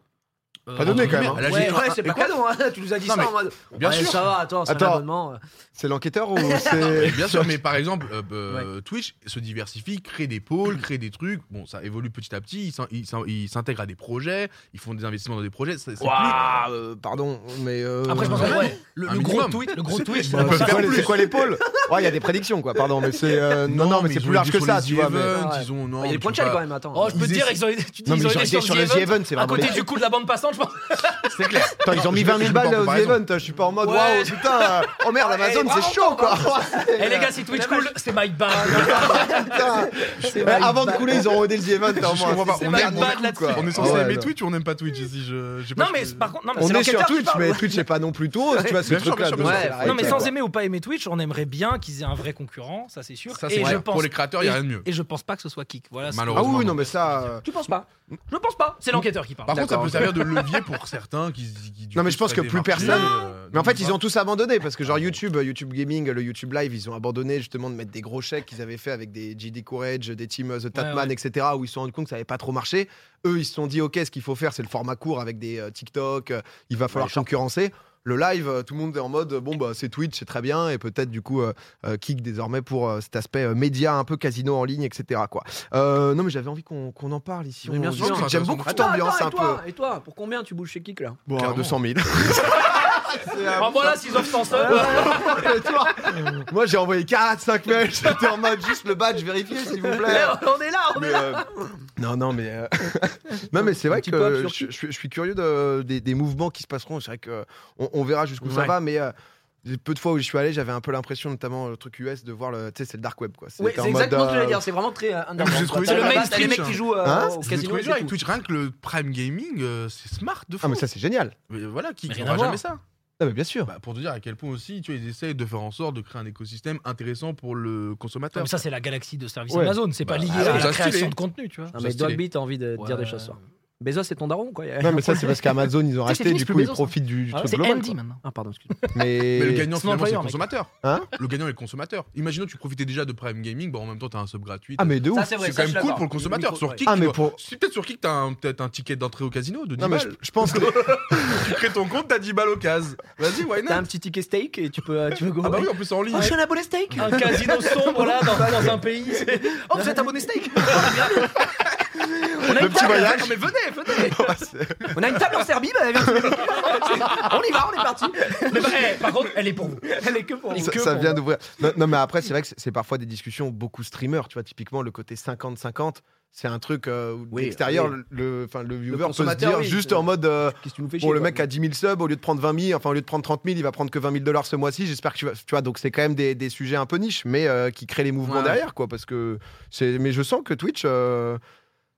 [SPEAKER 4] Euh,
[SPEAKER 1] Pas donné, quand même, hein.
[SPEAKER 2] Elle a
[SPEAKER 5] Ouais,
[SPEAKER 2] géré-
[SPEAKER 5] ouais, c'est
[SPEAKER 2] Et
[SPEAKER 5] pas
[SPEAKER 2] quoi
[SPEAKER 5] cadeau, hein. tu nous as dit
[SPEAKER 2] Non,
[SPEAKER 5] ça
[SPEAKER 2] mais-
[SPEAKER 5] en mode.
[SPEAKER 2] Bien
[SPEAKER 5] ouais,
[SPEAKER 2] sûr.
[SPEAKER 5] Ça va, attends, c'est un
[SPEAKER 1] Attends.
[SPEAKER 5] abonnement.
[SPEAKER 1] C'est l'enquêteur ou
[SPEAKER 2] Mais
[SPEAKER 1] c'est.
[SPEAKER 2] bien sûr, mais par exemple, euh, euh, Twitch se diversifie, crée des pôles, crée des trucs. Bon, ça évolue petit à petit. ils s'in- Ils s'in- ils s'intègrent à des projets, ils font des investissements dans des projets. C'est c'est plus-
[SPEAKER 1] Ouah, euh, pardon, mais. euh,
[SPEAKER 4] Après, je pense que ouais, le,
[SPEAKER 2] Un
[SPEAKER 4] le gros
[SPEAKER 2] minimum.
[SPEAKER 4] tweet, le gros tweet,
[SPEAKER 1] Bah,
[SPEAKER 2] peuvent
[SPEAKER 1] c'est
[SPEAKER 2] faire
[SPEAKER 1] quoi, les-
[SPEAKER 2] plus.
[SPEAKER 1] c'est quoi l'épaule Ouais, il y a des prédictions, quoi, pardon, mais c'est. euh, non, non, mais,
[SPEAKER 2] ils
[SPEAKER 1] c'est
[SPEAKER 2] ont
[SPEAKER 1] plus large
[SPEAKER 2] été
[SPEAKER 1] que
[SPEAKER 2] sur
[SPEAKER 1] ça,
[SPEAKER 2] les
[SPEAKER 1] tu vois. Mais...
[SPEAKER 2] events,
[SPEAKER 5] mais-
[SPEAKER 2] ils ont- non,
[SPEAKER 5] Il y a
[SPEAKER 2] mais
[SPEAKER 5] les points de
[SPEAKER 2] tu
[SPEAKER 5] chat
[SPEAKER 2] vois
[SPEAKER 5] quand même, attends.
[SPEAKER 4] Oh, je peux
[SPEAKER 2] Ils
[SPEAKER 4] te dire,
[SPEAKER 2] essaient-
[SPEAKER 4] ils ont été, tu dis,
[SPEAKER 1] Non, mais
[SPEAKER 4] ils ont
[SPEAKER 1] ils ont
[SPEAKER 4] été
[SPEAKER 1] été sur les
[SPEAKER 4] The Event,
[SPEAKER 1] events, c'est
[SPEAKER 4] à
[SPEAKER 1] vraiment.
[SPEAKER 4] côté
[SPEAKER 1] des-
[SPEAKER 4] du coup de la bande passante, je pense.
[SPEAKER 2] C'est clair.
[SPEAKER 1] Attends, ils ont mis 20 000 balles aux events, je suis pas en mode,
[SPEAKER 5] Ouais.
[SPEAKER 1] waouh, putain, euh, oh merde,
[SPEAKER 5] Ouais,
[SPEAKER 1] Amazon, c'est
[SPEAKER 5] vraiment,
[SPEAKER 1] chaud, quoi.
[SPEAKER 4] Eh les gars, si Twitch
[SPEAKER 5] Dommage.
[SPEAKER 4] cool, c'est my bad.
[SPEAKER 1] Putain. Eh, Avant de couler, ils ont rodé le event,
[SPEAKER 2] Je comprends pas,
[SPEAKER 1] C'est
[SPEAKER 2] on
[SPEAKER 1] mal
[SPEAKER 2] est-
[SPEAKER 1] barré
[SPEAKER 2] on
[SPEAKER 1] de là-dessus.
[SPEAKER 2] On est
[SPEAKER 1] Ah
[SPEAKER 2] censé
[SPEAKER 1] ouais,
[SPEAKER 2] aimer
[SPEAKER 1] non.
[SPEAKER 2] Twitch ou on n'aime pas Twitch ici je, je sais pas,
[SPEAKER 4] Non mais
[SPEAKER 2] je-
[SPEAKER 4] par contre, non mais
[SPEAKER 1] On
[SPEAKER 4] c'est
[SPEAKER 1] est sur
[SPEAKER 4] l'enquêteur qui
[SPEAKER 1] Twitch,
[SPEAKER 4] parle.
[SPEAKER 1] mais Twitch c'est pas non plus tout, tu vois, ce
[SPEAKER 2] Bien sûr,
[SPEAKER 1] truc-là.
[SPEAKER 2] bien sûr,
[SPEAKER 1] donc
[SPEAKER 5] bien
[SPEAKER 1] c'est
[SPEAKER 5] sûr.
[SPEAKER 1] pareil,
[SPEAKER 4] Non mais
[SPEAKER 1] quoi.
[SPEAKER 4] sans aimer ou pas aimer Twitch, on aimerait bien qu'ils aient un vrai concurrent, ça c'est sûr.
[SPEAKER 2] Ça, c'est
[SPEAKER 4] et je
[SPEAKER 2] clair.
[SPEAKER 4] pense
[SPEAKER 2] Pour les créateurs, il n'y a rien de mieux.
[SPEAKER 4] et je pense pas que ce soit Kik. Voilà. c'est-
[SPEAKER 1] Ah
[SPEAKER 2] Malheureusement.
[SPEAKER 1] oui, non, mais ça. euh,
[SPEAKER 5] Tu penses pas
[SPEAKER 4] Je pense pas. C'est l'enquêteur qui parle.
[SPEAKER 2] Par contre, ça
[SPEAKER 5] D'accord,
[SPEAKER 2] peut
[SPEAKER 5] ok.
[SPEAKER 2] servir de levier pour certains qui. se- qui du
[SPEAKER 1] Non,
[SPEAKER 2] coup,
[SPEAKER 1] mais je
[SPEAKER 2] se
[SPEAKER 1] pense
[SPEAKER 2] seraient
[SPEAKER 1] que plus
[SPEAKER 2] démarqués,
[SPEAKER 1] personne-
[SPEAKER 2] euh,
[SPEAKER 1] Mais en fait,
[SPEAKER 2] donc,
[SPEAKER 1] ils ont tous abandonné parce que genre
[SPEAKER 2] Ah bon.
[SPEAKER 1] YouTube, euh, YouTube Gaming, le YouTube Live, ils ont abandonné justement de mettre des gros chèques qu'ils avaient fait avec des JD Courage, des teams euh, The Tatman,
[SPEAKER 4] ouais.
[SPEAKER 1] etc. où ils se sont rendus compte que ça n'avait pas trop marché. Eux, ils se sont dit ok, ce qu'il faut faire, c'est le format court avec des euh, TikTok. euh, il va falloir
[SPEAKER 5] les shorts.
[SPEAKER 1] concurrencer. Le live, euh, tout le monde est en mode euh, bon bah c'est Twitch, c'est très bien et peut-être du coup euh, euh, kick désormais pour euh, cet aspect euh, média un peu casino en ligne, etc. Quoi. Euh, non mais j'avais envie qu'on qu'on en parle ici.
[SPEAKER 5] Mais
[SPEAKER 1] On
[SPEAKER 5] bien sûr,
[SPEAKER 1] discute.
[SPEAKER 2] c'est
[SPEAKER 1] j'aime
[SPEAKER 2] intéressant.
[SPEAKER 1] beaucoup cette
[SPEAKER 5] Attends,
[SPEAKER 1] ambiance
[SPEAKER 5] attends,
[SPEAKER 1] un
[SPEAKER 5] et
[SPEAKER 1] peu.
[SPEAKER 5] toi, et toi, pour combien tu bouges chez Kik là
[SPEAKER 1] Bon,
[SPEAKER 2] Clairement.
[SPEAKER 1] 200 000. C'est, euh,
[SPEAKER 4] Ah, voilà, s'ils offrent 100 seuls.
[SPEAKER 1] Et toi Euh, Moi j'ai envoyé 45 mails, j'étais en mode juste le badge, vérifiez s'il vous plaît.
[SPEAKER 5] On est là, on
[SPEAKER 1] Mais,
[SPEAKER 5] est là.
[SPEAKER 1] euh, non, non, mais, euh, non, mais c'est vrai
[SPEAKER 5] petit
[SPEAKER 1] que
[SPEAKER 5] pop
[SPEAKER 1] je,
[SPEAKER 5] sur
[SPEAKER 1] je suis- je suis curieux de- des, des mouvements qui se passeront. C'est vrai que on, on verra jusqu'où ça
[SPEAKER 5] Ouais.
[SPEAKER 1] va, mais euh, les peu de fois où je suis allé, j'avais un peu l'impression, notamment le truc US, de voir le. Tu sais, c'est le dark web quoi.
[SPEAKER 5] Oui,
[SPEAKER 1] C'était
[SPEAKER 5] c'est
[SPEAKER 1] en mode,
[SPEAKER 5] exactement ce que j'allais
[SPEAKER 1] euh,
[SPEAKER 5] dire, c'est vraiment très euh, underground,
[SPEAKER 2] j'ai
[SPEAKER 5] quoi.
[SPEAKER 2] trouvé
[SPEAKER 5] T'as
[SPEAKER 4] ça
[SPEAKER 5] la
[SPEAKER 4] très
[SPEAKER 5] base, t'as les
[SPEAKER 4] mainstream,
[SPEAKER 5] mecs qui jouent euh,
[SPEAKER 1] Hein
[SPEAKER 5] au
[SPEAKER 2] Vous
[SPEAKER 5] casino.
[SPEAKER 2] trouvez
[SPEAKER 5] et
[SPEAKER 2] dur avec
[SPEAKER 5] tout.
[SPEAKER 2] Twitch, rien que le Prime Gaming, euh, c'est smart de fou.
[SPEAKER 1] Ah, mais ça c'est génial.
[SPEAKER 2] Mais voilà, qui
[SPEAKER 4] Mais rien
[SPEAKER 2] n'aura
[SPEAKER 4] à voir.
[SPEAKER 2] jamais ça
[SPEAKER 1] Ah, mais bien sûr.
[SPEAKER 2] Bah, Pour te dire à quel point aussi, tu vois, ils essayent de faire en sorte de créer un écosystème intéressant pour le consommateur.
[SPEAKER 4] Comme ça, c'est la galaxie de service
[SPEAKER 1] Ouais.
[SPEAKER 4] Amazon. C'est pas
[SPEAKER 2] Bah,
[SPEAKER 4] lié
[SPEAKER 2] ah,
[SPEAKER 4] à
[SPEAKER 2] ça,
[SPEAKER 4] la création
[SPEAKER 2] stylé.
[SPEAKER 4] de contenu, tu vois.
[SPEAKER 5] Non,
[SPEAKER 2] Ça,
[SPEAKER 5] mais
[SPEAKER 2] stylé.
[SPEAKER 5] Dogbeat, t'as envie de dire des
[SPEAKER 4] Ouais.
[SPEAKER 5] choses, toi. Bezos, c'est ton daron, quoi.
[SPEAKER 1] Non, mais ça c'est parce qu'Amazon ils ont
[SPEAKER 4] Ça, c'est
[SPEAKER 1] racheté,
[SPEAKER 4] fini,
[SPEAKER 1] du
[SPEAKER 4] je peux
[SPEAKER 1] coup ils
[SPEAKER 4] Bezos.
[SPEAKER 1] profitent du
[SPEAKER 5] Ah ouais,
[SPEAKER 1] truc
[SPEAKER 4] C'est
[SPEAKER 1] global.
[SPEAKER 4] MD
[SPEAKER 1] quoi.
[SPEAKER 4] maintenant.
[SPEAKER 5] Ah, pardon, excuse-moi.
[SPEAKER 1] Mais.
[SPEAKER 2] Mais le gagnant,
[SPEAKER 4] Son
[SPEAKER 2] finalement, c'est le
[SPEAKER 4] employeur, mec.
[SPEAKER 2] consommateur.
[SPEAKER 1] Hein
[SPEAKER 2] le gagnant est le consommateur. Imaginons, tu profitais déjà de Prime Gaming, bon, en même temps, t'as un sub gratuit.
[SPEAKER 1] Ah, mais de ouf.
[SPEAKER 5] Ça, c'est vrai,
[SPEAKER 2] c'est
[SPEAKER 5] ça,
[SPEAKER 2] quand
[SPEAKER 5] je suis
[SPEAKER 2] même cool
[SPEAKER 5] d'accord.
[SPEAKER 2] pour le consommateur.
[SPEAKER 5] Micro-
[SPEAKER 2] sur
[SPEAKER 5] ouais.
[SPEAKER 2] Kik,
[SPEAKER 1] Ah,
[SPEAKER 2] tu
[SPEAKER 1] mais
[SPEAKER 2] dois-
[SPEAKER 1] pour-
[SPEAKER 2] Si peut-être sur Kik, t'as un- peut-être un ticket d'entrée au casino de 10
[SPEAKER 1] Non, mais je,
[SPEAKER 2] balles.
[SPEAKER 1] je pense que.
[SPEAKER 2] Tu crées ton compte, t'as 10 balles au case. Vas-y, why
[SPEAKER 5] T'as
[SPEAKER 2] not
[SPEAKER 5] un petit ticket steak et tu peux, euh, tu peux go.
[SPEAKER 2] Ah bah oui, en plus, c'est en ligne.
[SPEAKER 5] Oh, je suis un abonné steak.
[SPEAKER 4] Un casino sombre là dans, un pays.
[SPEAKER 5] Oh, vous êtes abonné steak. On a
[SPEAKER 1] Le
[SPEAKER 5] une
[SPEAKER 1] petit
[SPEAKER 5] table.
[SPEAKER 1] voyage.
[SPEAKER 5] Non, mais venez, venez.
[SPEAKER 1] Ouais, c'est-
[SPEAKER 5] On a une table en Serbie. bah, viens, venez. on y va, on est parti.
[SPEAKER 4] Mais par- eh, par contre, elle est pour vous.
[SPEAKER 5] Elle est que pour
[SPEAKER 4] Et
[SPEAKER 1] ça,
[SPEAKER 4] que
[SPEAKER 1] ça
[SPEAKER 4] pour
[SPEAKER 1] vient
[SPEAKER 4] moi.
[SPEAKER 1] d'ouvrir. Non, non, mais après, c'est vrai que c'est- c'est parfois des discussions beaucoup streamers. Tu vois, typiquement, le côté 50-50, c'est un truc euh, où
[SPEAKER 5] Oui,
[SPEAKER 1] l'extérieur,
[SPEAKER 5] oui.
[SPEAKER 1] le, enfin, le viewer peut se
[SPEAKER 5] consommateur,
[SPEAKER 1] dire
[SPEAKER 5] oui,
[SPEAKER 1] juste
[SPEAKER 5] c'est-
[SPEAKER 1] en mode euh,
[SPEAKER 5] Qu'est-ce que tu nous fais
[SPEAKER 1] bon, le mec a 10 000 subs, au lieu de prendre 20 000, enfin, au lieu de prendre 30 000, il va prendre que 20 000 dollars ce mois-ci. J'espère que tu vas. Tu vois, donc c'est quand même des, des sujets un peu niches, mais euh, qui créent les mouvements
[SPEAKER 5] Ouais.
[SPEAKER 1] derrière, quoi. Parce que. c'est Mais je sens que Twitch. euh,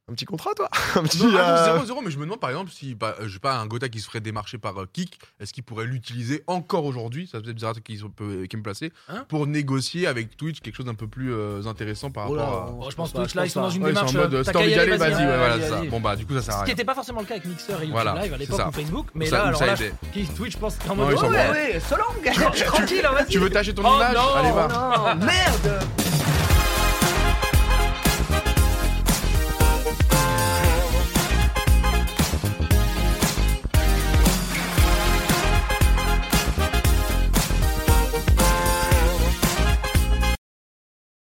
[SPEAKER 1] Un petit contrat, toi Un petit.
[SPEAKER 2] Non, ah non,
[SPEAKER 1] euh,
[SPEAKER 2] 0-0, mais je me demande par exemple si bah, euh, je sais pas un Gotha qui se ferait démarcher par euh, Kik, est-ce qu'il pourrait l'utiliser encore aujourd'hui Ça faisait bizarre qu'il se peut- qu'il me plaçait
[SPEAKER 4] Hein
[SPEAKER 2] pour négocier avec Twitch quelque chose d'un peu plus euh, intéressant par rapport à.
[SPEAKER 4] Bon, je pense que Twitch, là, ils sont dans une
[SPEAKER 2] Ouais, ils sont
[SPEAKER 4] Oh démarche.
[SPEAKER 2] en mode
[SPEAKER 4] euh,
[SPEAKER 2] euh,
[SPEAKER 4] t'as qu'à
[SPEAKER 2] si t'as envie
[SPEAKER 4] y
[SPEAKER 2] d'y aller,
[SPEAKER 4] aller,
[SPEAKER 2] vas-y,
[SPEAKER 4] vas-y,
[SPEAKER 2] ouais,
[SPEAKER 4] euh,
[SPEAKER 2] voilà,
[SPEAKER 5] vas-y,
[SPEAKER 2] c'est ça.
[SPEAKER 5] vas-y.
[SPEAKER 2] Bon bah du coup ça sert
[SPEAKER 4] Ce
[SPEAKER 2] à
[SPEAKER 4] qui
[SPEAKER 2] rien.
[SPEAKER 4] n'était pas forcément le cas avec Mixer et YouTube
[SPEAKER 2] Voilà,
[SPEAKER 4] Live à
[SPEAKER 2] c'est
[SPEAKER 4] l'époque
[SPEAKER 2] ça.
[SPEAKER 4] ou Facebook, mais
[SPEAKER 2] Ou
[SPEAKER 4] là,
[SPEAKER 2] ça- ou
[SPEAKER 4] alors
[SPEAKER 2] ça
[SPEAKER 4] là,
[SPEAKER 2] aidait.
[SPEAKER 4] qui- Twitch, je pense, c'est en
[SPEAKER 2] Non,
[SPEAKER 4] mode.
[SPEAKER 2] ils
[SPEAKER 4] ouais,
[SPEAKER 2] sont
[SPEAKER 5] Ouais, ouais, Solong. Tranquille, hein, vas-y.
[SPEAKER 2] Tu veux tâcher ton
[SPEAKER 4] Oh
[SPEAKER 2] image
[SPEAKER 4] non,
[SPEAKER 2] Allez va.
[SPEAKER 5] Oh non, merde.